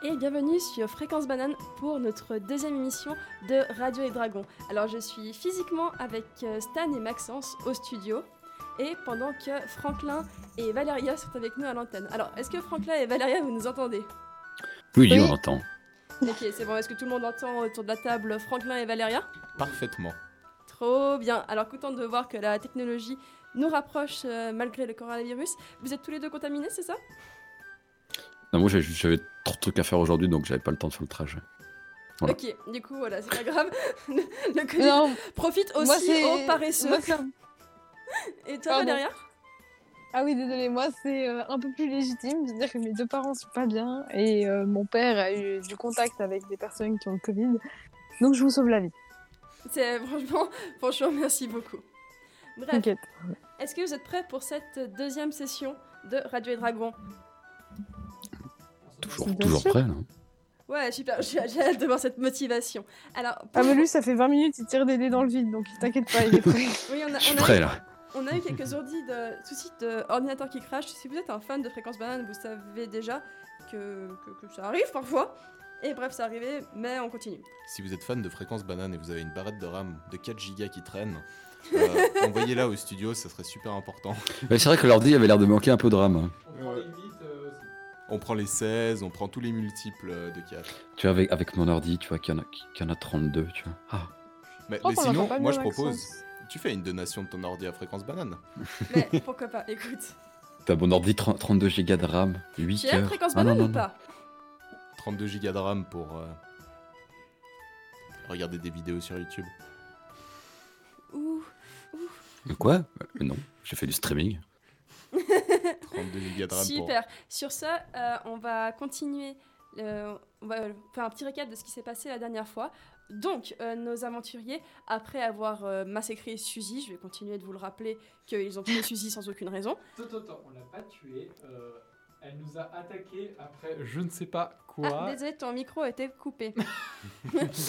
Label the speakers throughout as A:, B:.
A: Et bienvenue sur Fréquence Banane pour notre deuxième émission de Radio et Dragon. Alors je suis physiquement avec euh, Stan et Maxence au studio et pendant que Franklin et Valeria sont avec nous à l'antenne. Alors est-ce que Franklin et Valeria vous nous entendez
B: Oui,
C: Oui.
B: on entend.
A: Ok c'est bon, est-ce que tout le monde entend autour de la table Franklin et Valeria
D: Parfaitement.
A: Trop bien. Alors content de voir que la technologie nous rapproche euh, malgré le coronavirus. Vous êtes tous les deux contaminés, c'est ça
B: Non, moi j'ai- j'avais trop de trucs à faire aujourd'hui, donc j'avais pas le temps sur le trajet. Voilà.
A: Ok, du coup voilà, c'est pas grave. le le Covid
C: Non,
A: profite
C: moi
A: aussi
C: c'est.
A: aux paresseux.
C: moi, c'est un-
A: Et toi
C: Pardon.
A: Valeria
C: Ah oui, désolé, moi c'est euh, un peu plus légitime. C'est-à-dire que mes deux parents sont pas bien et euh, mon père a eu du contact avec des personnes qui ont le Covid. Donc je vous sauve la vie.
A: C'est franchement, franchement, merci beaucoup. Bref,
C: T'inquiète.
A: est-ce que vous êtes prêts pour cette deuxième session de Radio et Dragon
B: Toujours,
C: Bien
B: toujours
C: sûr.
B: prêt là.
A: Ouais, super, j'ai j'ai hâte de voir cette motivation. Alors,
C: Ah,
A: pour-
C: mais lui, ça fait 20 minutes, il tire des dés dans le vide, donc t'inquiète pas, il est prêt.
A: oui, on a,
B: Je suis
A: Ah, on a-
B: prêt là.
A: on a eu quelques ordi de, soucis d'ordinateur qui crash. Si vous êtes un fan de Fréquence Banane, vous savez déjà que, que- que ça arrive parfois. Et bref, c'est arrivé, mais on continue.
D: Si vous êtes fan de Fréquence Banane et vous avez une barrette de RAM de 4 gigas qui traîne, euh, envoyez-la au studio, ça serait super important.
B: Mais c'est vrai que l'ordi avait l'air de manquer un peu de RAM. hein.
D: On prend les 16, on prend tous les multiples euh, de 4.
B: Tu vois, avec, avec mon ordi, tu vois qu'il y, en a- qu'il y en a 32, tu vois. Ah,
D: Mais,
C: Oh,
D: mais
C: qu'on l'entend
D: sinon,
C: pas
D: moi je
C: bien,
D: propose,
C: Maxence.
D: tu fais une donation de ton ordi à Fréquence Banane.
A: Mais pourquoi pas, écoute.
B: t'as mon ordi 30 32 gigas de RAM, 8
A: Tu aimes
B: heures.
A: Fréquence
B: Ah, non,
A: Banane
B: non,
A: ou
B: non.
A: pas
D: 32 gigas de RAM pour euh, regarder des vidéos sur YouTube.
A: Ouh,
B: De Quoi Euh, Non, j'ai fait du streaming.
D: 32 gigas de RAM pour...
A: Super. Sur ça, on va continuer. euh, on va faire un petit récap de ce qui s'est passé la dernière fois. Donc, euh, nos aventuriers, après avoir euh, massacré Suzy, je vais continuer de vous le rappeler qu'ils ont tué Suzy sans aucune raison.
E: Attends, attends, on l'a pas tuée. euh, elle nous a attaqué après je ne sais pas
A: Ah,
E: quoi.
A: désolé, ton micro a été coupé.
B: Mais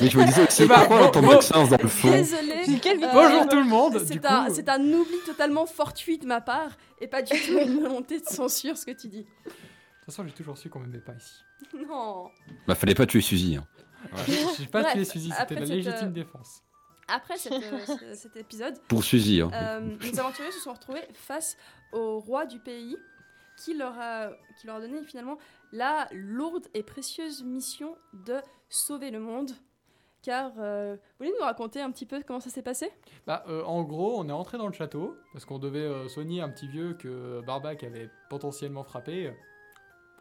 B: je me disais aussi,
E: Eh ben,
B: pourquoi on
E: bon,
B: entend
E: bon.
B: Maxence dans le fond
A: Désolé.
C: Puis quel-
A: euh,
E: Bonjour tout le monde. du
A: C'est
E: coup,
A: un,
E: euh,
A: c'est un oubli totalement fortuit de ma part et pas du tout une volonté de censure ce que tu dis.
E: De toute façon, j'ai toujours su qu'on m'aimait pas ici.
A: Non.
B: Bah, fallait pas tuer Suzy. hein.
E: J'ai pas
A: Bref,
E: tué Suzy,
A: après
E: c'était la
A: cette,
E: légitime
A: euh,
E: défense.
A: Après cette, euh, ce- cet épisode,
B: Pour Suzy, hein.
A: Euh, les aventuriers se sont retrouvés face au roi du pays qui leur a, qui leur a donné finalement la lourde et précieuse mission de sauver le monde. Car, euh, vous voulez nous raconter un petit peu comment ça s'est passé
E: Bah, euh, en gros, on est entré dans le château parce qu'on devait euh, soigner un petit vieux que Barbac avait potentiellement frappé.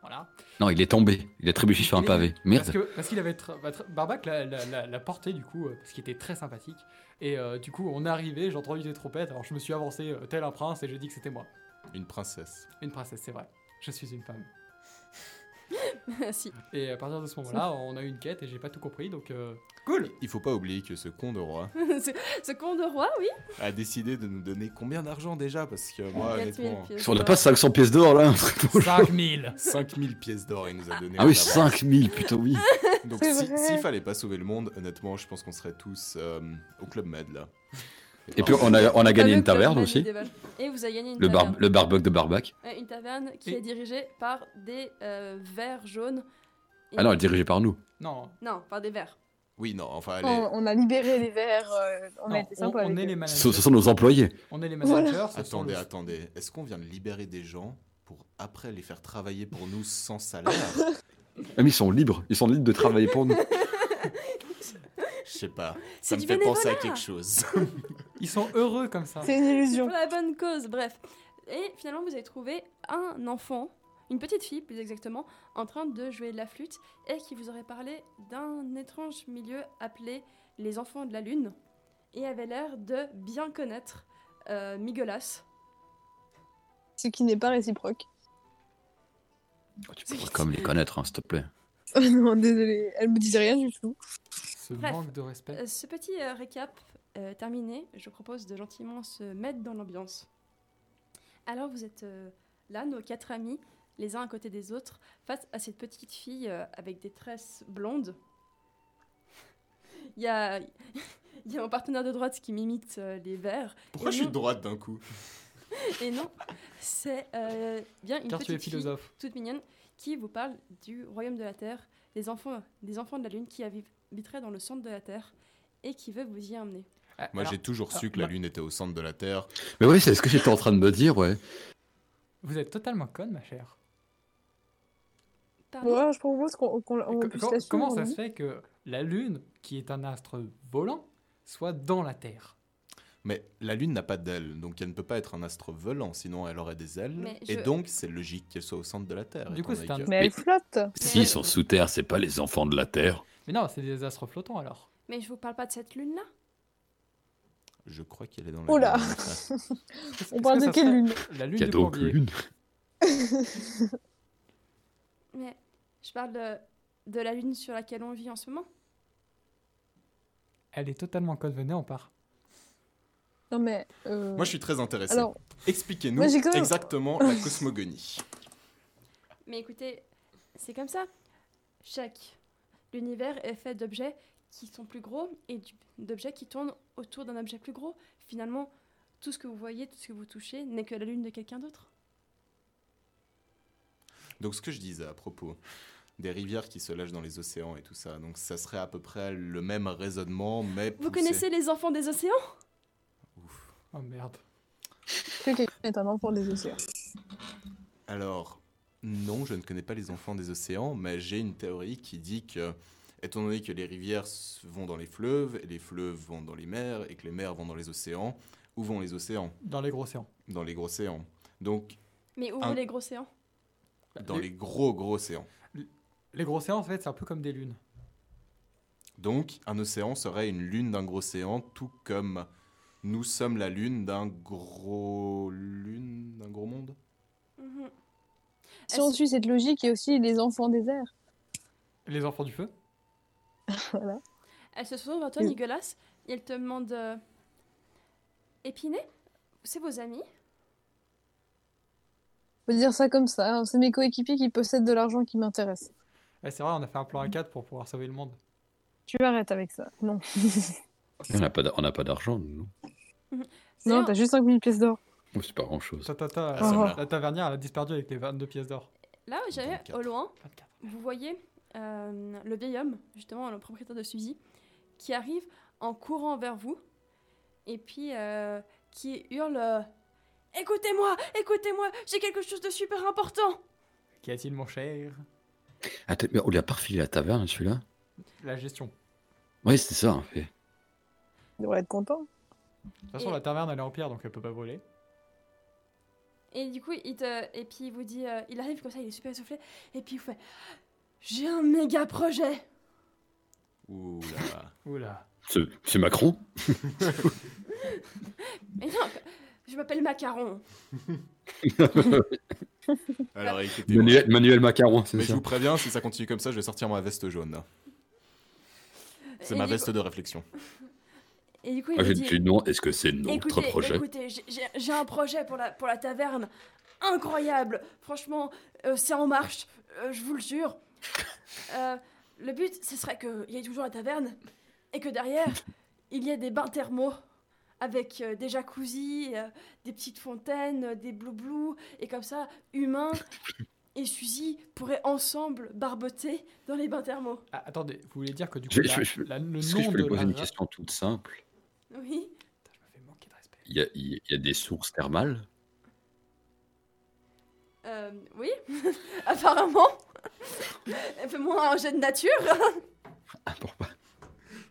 E: Voilà.
B: Non, il est tombé. Il a trébuché sur un
E: Mais-
B: pavé.
E: Parce
B: Merde.
E: que parce qu'il avait tra- bah, tra- Barbac l'a, l'a- l'a- l'a porté du coup euh, parce qu'il était très sympathique et euh, du coup on est arrivé, j'ai entendu des trompettes, alors je me suis avancé euh, tel un prince et j'ai dit que c'était moi.
D: Une princesse.
E: Une princesse, c'est vrai. Je suis une femme.
A: Si.
E: Et à partir de ce moment-là, on a eu une quête et j'ai pas tout compris, donc euh, cool.
D: Il faut pas oublier que ce con de roi
A: ce, ce con de roi, oui
D: a décidé de nous donner combien d'argent déjà Parce que moi,
A: 4000
D: honnêtement,
A: pièces
B: On n'a
A: d'or.
B: pas 500 pièces d'or là un truc pour le genre.
E: 5000
D: 5000 pièces d'or il nous a donné.
B: Ah
D: en
B: oui,
D: avance.
B: 5000, putain, oui.
D: Donc
C: C'est
D: si- s'il
C: vrai.
D: fallait pas sauver le monde, honnêtement, je pense qu'on serait tous euh, au Club Med là.
B: Et puis on a, on a gagné
A: Fameux
B: une taverne
A: club
B: aussi.
A: médiéval. Et vous avez gagné une
B: Le, bar,
A: taverne.
B: le barbuck de Barbac.
A: Ouais, une taverne qui
E: Et-
A: est dirigée par des euh, verts jaunes. Et-
B: Ah non, elle est dirigée par nous.
E: Non,
A: Non, par des verts.
D: Oui, non, enfin, allez.
C: On, on a libéré les verres, euh, on
E: non,
C: a été
E: on,
C: sympa
E: on
C: avec
E: est
C: eux.
E: les managers.
B: Ce, sont- ce sont nos employés.
E: On est les
C: Voilà.
E: managers. ce sont
D: Attendez,
E: le-
D: attendez. Est-ce qu'on vient de libérer des gens pour après les faire travailler pour nous sans salaire
B: Même ils sont libres. Ils sont libres de travailler pour nous.
D: Je sais pas.
A: C'est
D: Ça
A: du
D: me fait penser à
A: bénévolat.
D: quelque chose.
E: Ils sont heureux comme ça.
C: C'est une illusion.
A: Pour la bonne cause, bref. Et finalement, vous avez trouvé un enfant, une petite fille plus exactement, en train de jouer de la flûte et qui vous aurait parlé d'un étrange milieu appelé les enfants de la lune et avait l'air de bien connaître euh, Migolas.
C: Ce qui n'est pas réciproque.
B: Oh, tu pourrais quand même les connaître, hein, s'il te plaît.
C: Oh non, désolé, elle me disait rien du tout.
E: Ce
A: Bref.
E: manque de respect.
A: Euh, ce petit euh, récap euh, terminé, je propose de gentiment se mettre dans l'ambiance. Alors vous êtes euh, là, nos quatre amis, les uns à côté des autres, face à cette petite fille euh, avec des tresses blondes. Il y a, il y a mon partenaire de droite qui m'imite euh, les verts.
D: Pourquoi je suis de droite d'un coup
A: Et non, c'est euh, bien une
E: Car tu es
A: petite fille
E: philosophe.
A: toute mignonne qui vous parle du royaume de la Terre les enfants, des enfants de la Lune qui habi- habiteraient dans le centre de la Terre et qui veulent vous y amener.
E: Ah,
D: Moi,
E: alors,
D: j'ai toujours
E: ah,
D: su que la
E: bah-
D: Lune était au centre de la Terre.
B: Mais oui, c'est ce que j'étais en train de me dire, ouais.
E: Vous êtes totalement conne, ma chère.
A: Pardon
C: Ah Bon, je propose qu'on qu'on- on
E: Co-
C: puisse
E: co-
C: la suivre,
E: comment ça
C: nous.
E: se fait que la Lune, qui est un astre volant, soit dans la Terre
D: Mais la Lune n'a pas d'ailes, donc elle ne peut pas être un astre volant, sinon elle aurait des ailes.
A: Mais
D: Et
A: je-
D: donc, c'est logique qu'elle soit au centre de la Terre.
E: Du
D: étant
E: coup, c'est
D: donné
E: un-
D: que-
C: Mais elle
B: Mais-
C: flotte.
B: S'ils sont sous terre, c'est pas les enfants de la terre.
E: Mais non, c'est des astres flottants alors.
A: Mais je vous parle pas de cette Lune-là
D: Je crois qu'elle est dans la
C: Oula.
D: Lune, en fait.
E: Est-ce
C: On
E: que
C: parle
E: ça
C: de quelle
E: serait
C: lune
E: La Lune des
B: Cadeau
E: plombiers.
B: lune.
A: Mais je parle de, de la Lune sur laquelle on vit en ce moment.
E: Elle est totalement conne, venez, on part.
C: Non mais. euh,
D: Moi, je suis très intéressé.
C: Alors,
D: Expliquez-nous
C: moi, j'ai quand même-
D: exactement la cosmogonie.
A: Mais écoutez, c'est comme ça. Chaque. L'univers est fait d'objets qui sont plus gros et du- d'objets qui tournent autour d'un objet plus gros. Finalement, tout ce que vous voyez, tout ce que vous touchez n'est que la lune de quelqu'un d'autre.
D: Donc, ce que je disais à propos des rivières qui se lâchent dans les océans et tout ça, donc ça serait à peu près le même raisonnement, mais.
A: Vous
D: poussé.
A: connaissez les enfants des océans
D: Ouf.
E: Oh merde.
C: que quelqu'un est un enfant des océans.
D: Alors, non, je ne connais pas les enfants des océans, mais j'ai une théorie qui dit que, étant donné que les rivières s- vont dans les fleuves, et les fleuves vont dans les mers, et que les mers vont dans les océans, où vont les océans
E: Dans les gros océans.
D: Dans les gros océans. Donc,
A: Mais où
D: Un-
A: vont les gros océans
D: dans
E: les...
D: les gros gros océans.
E: les gros océans, en fait, c'est un peu comme des lunes.
D: Donc, un océan serait une lune d'un gros océan, tout comme nous sommes la lune d'un gros lune d'un gros monde.
A: Mhm.
C: Si on
A: Est-ce-
C: suit cette logique, il y a aussi les enfants des airs.
E: Les enfants du feu
A: Elle se tourne vers toi,
C: Mm.
A: Nicolas. et Elle te demande euh, Épiné, c'est vos amis
C: On peut dire ça comme ça. hein. C'est mes coéquipiers qui possèdent de l'argent qui m'intéresse.
E: Eh, C'est vrai, on a fait un plan A4 pour pouvoir sauver le monde.
C: Tu arrêtes avec ça. Non.
B: On n'a pas d'a- on n'a pas d'argent, nous. non
C: non,
A: Sinon,
C: t'as juste 5000 pièces d'or.
B: Oh, C'est pas grand chose.
E: Ta, ta, ta,
D: Ah, celle-là.
E: euh, La tavernière, elle a disparu avec les 22 pièces d'or.
A: Là, j'avais
D: 24.
A: au loin
E: 24.
A: vous voyez euh, le vieil homme, justement le propriétaire de Suzy, qui arrive en courant vers vous et puis euh, qui hurle euh, Écoutez-moi, écoutez-moi, j'ai quelque chose de super important
E: Qu'y a-t-il, mon cher
B: Attends, mais on lui a pas refilé la taverne, celui-là
E: La gestion. De
B: Oui, c'est ça, en fait.
C: Tu devrais être content.
E: toute façon,
A: Et-
E: la taverne, elle est en pierre, donc elle peut pas voler.
A: Et du coup, il te. Et puis il vous dit euh, Il arrive comme ça, il est super essoufflé, et puis il vous fait J'ai un méga projet
D: Ouh là là.
E: Oula.
B: C'est c'est Macron
A: Mais non, je m'appelle Macaron
D: Alors écoutez,
B: Manuel, Manuel Macaron, c'est
D: mais je
B: ça.
D: vous préviens, si ça continue comme ça, je vais sortir ma veste jaune. C'est
A: Et
D: ma
A: du
D: veste Ah,
A: coup-
D: de réflexion.
A: Et du coup, il
B: Moi,
A: vous
B: j'ai
A: dit
B: dit non, est-ce que c'est notre
A: Ah, Écoutez,
B: projet
A: écoutez, j'ai- j'ai- j'ai un projet pour la, pour la taverne incroyable. Franchement, euh, c'est en marche, euh, je vous le jure. Euh, le but, ce serait qu'il y ait toujours la taverne et que derrière, il y ait des bains thermaux avec euh, des jacuzzis, euh, des petites fontaines, euh, des bloublous, et comme ça, humains et Suzy pourraient ensemble barboter dans les bains thermaux.
E: Ah, attendez, vous voulez dire que du coup,
B: Je-
E: la-
B: je- je-
E: la- le
B: Est-ce que je
E: nom
B: peux
E: de
B: lui poser
E: la
B: une
E: race-
B: question toute simple
A: Oui.
E: Putain, je me fais manquer de respect.
B: Il y a, il y a des sources thermales
A: Euh, oui, apparemment. Fais-moi un jet de nature.
B: Ah, pour pas.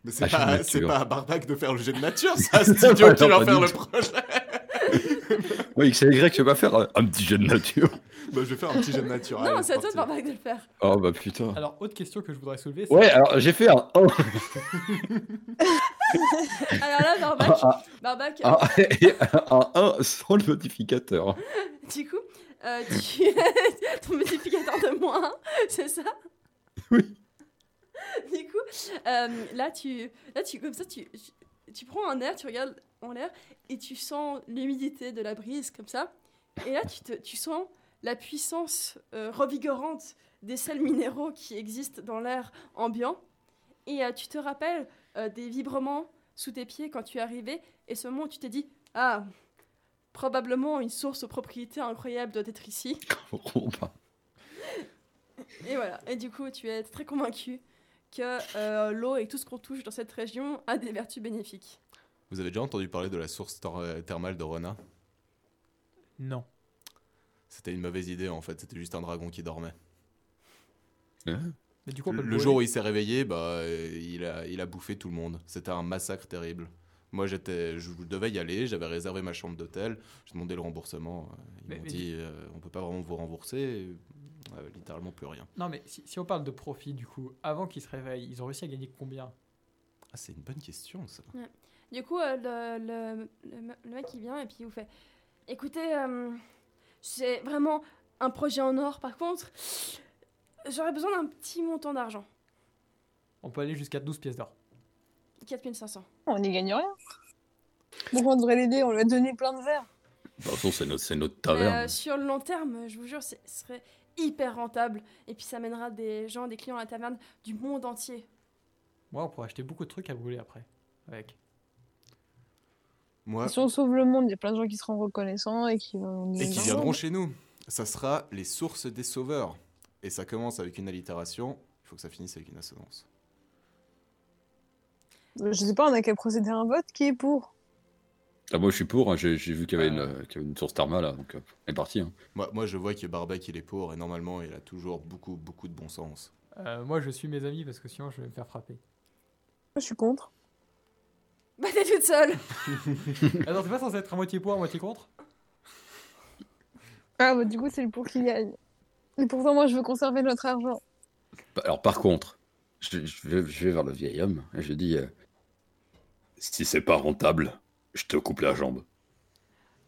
D: Mais
B: Ah,
D: c'est
B: j'ai une
D: pas,
B: nature.
D: c'est pas à Barbac de faire le jet de nature, ça, studio qui
B: Non,
D: va
B: pas
D: faire
B: du
D: le
B: tout.
D: projet.
B: Oui, c'est Y, je vais pas faire euh, un petit jeu de nature.
D: Bah, je vais faire un petit jet de nature.
A: non,
D: allez,
A: c'est à toi de
D: parti.
A: Barbac de le faire.
B: Oh, bah putain.
E: Alors, autre question que je voudrais soulever, c'est
B: Ouais, ah. alors j'ai fait un. Oh,
A: Alors là, Barbac,
B: ah,
A: Barbac
B: ah, ah, et un 1 sans le modificateur.
A: du coup, euh, tu... ton multiplicateur de moins, un, c'est ça
B: Oui.
A: Du coup, euh, là, tu... là, tu, comme ça, tu, tu- tu prends un air, tu regardes en l'air et tu sens l'humidité de la brise, comme ça. Et là, tu, te- tu sens la puissance euh, revigorante des sels minéraux qui existent dans l'air ambiant. Et euh, tu te rappelles euh, des vibrements sous tes pieds quand tu es arrivé. Et ce moment où tu t'es dit Ah, probablement une source aux propriétés incroyables doit être ici.
B: Bon, bah.
A: Et voilà. Et du coup, tu es très convaincu que euh, l'eau et tout ce qu'on touche dans cette région a des vertus bénéfiques.
D: Vous avez déjà entendu parler de la source thor- thermale de Rona
E: Non.
D: C'était une mauvaise idée en fait, c'était juste un dragon qui dormait.
E: Mais du coup, on peut
D: le,
E: le
D: le
E: brûler.
D: jour où il s'est réveillé, bah, euh, il, a, il a bouffé tout le monde. C'était un massacre terrible. Moi, j'étais, je devais y aller, j'avais réservé ma chambre d'hôtel, j'ai demandé le remboursement. euh, Ils
E: Mais-
D: m'ont
E: mais
D: dit, euh, on peut pas vraiment vous rembourser, euh, littéralement plus rien.
E: Non, mais si, si on parle de profit, du coup, avant qu'ils se réveillent, ils ont réussi à gagner combien
D: Ah, c'est une bonne question, ça.
A: Du coup, euh, le, le- le me- le mec il vient et puis il vous fait Écoutez, euh, c'est vraiment un projet en or. Par contre, j'aurais besoin d'un petit montant d'argent.
E: On peut aller jusqu'à 12 pièces d'or.
A: 4500.
C: On n'y gagne rien. Donc on devrait l'aider, on lui a donné plein de verres.
B: De toute façon, c'est notre, c'est notre
A: Mais,
B: taverne.
A: euh, sur le long terme, je vous jure, c'est- ce serait hyper rentable. Et puis ça mènera des gens, des clients à la taverne du monde entier.
E: Moi, on pourrait acheter beaucoup de trucs à brûler après. Avec.
D: Moi,
C: Si on sauve le monde, il y a plein de gens qui seront reconnaissants et qui vont. nous
D: et qui
C: donner
D: viendront
C: de
D: chez nous. Ça sera les sources des sauveurs. Et ça commence avec une allitération, il faut que ça finisse avec une assonance.
C: l'argent. Je sais pas, on a qu'à procéder à un vote qui est pour.
B: Ah, moi, je suis pour. hein, J'ai j'ai vu qu'il y, avait
E: Ah.
B: une, euh, qu'il y avait une source thermale, là, donc euh, on est parti. hein.
D: Moi, moi, je vois que Barbac, il est pour, et normalement, il a toujours beaucoup, beaucoup de bon sens.
E: Euh, moi, je suis mes amis parce que sinon, je vais me faire frapper.
C: Moi, je suis contre.
A: Bah t'es toute seule
E: Attends, c'est Ah pas censé être à moitié pour, à moitié contre
C: Ah, bah, du coup, c'est le pour qui gagne. Et pourtant, moi, je veux conserver notre argent.
B: Bah, Alors, par contre, je, je vais, je vais vers le vieil homme et je dis euh, Si c'est pas rentable, je te coupe la jambe.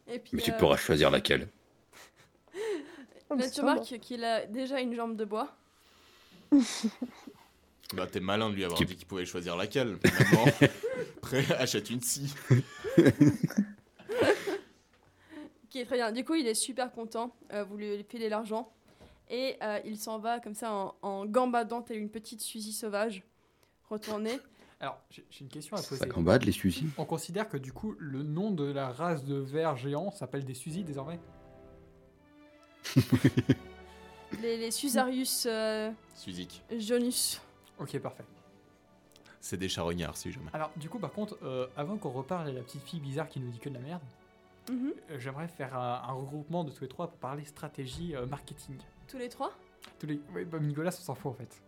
A: Et puis,
B: Mais tu
A: euh,
B: pourras choisir laquelle.
A: là,
C: Oh, c'est
A: Bah, tu
C: pas
A: remarques qu'il a déjà une jambe de bois.
D: Bah, t'es malin de lui avoir
B: Qui-
D: dit qu'il pouvait choisir laquelle. Maintenant, après, achète une scie.
A: Qui est très bien. Du coup, il est super content. euh, vous lui filez l'argent. Et euh, il s'en va comme ça en, en gambadant telle une petite Suzy sauvage. Retournée.
E: Alors, j'ai j'ai une question à
B: Ça
E: poser.
B: combat de les Suzy
E: On considère que du coup, le nom de la race de vers géants s'appelle des Suzy désormais
A: Les, les Susarius euh,
D: Suzik.
A: Jonus.
E: Ok, parfait.
D: C'est des charognards, si jamais.
E: Alors, du coup, par contre, euh, avant qu'on reparle à la petite fille bizarre qui nous dit que de la merde,
A: Mhm.
E: euh, j'aimerais faire un, un regroupement de tous les trois pour parler stratégie euh, marketing.
A: Tous les trois.
E: Tous les... Ouais, bah, Nicolas, on s'en fout en fait.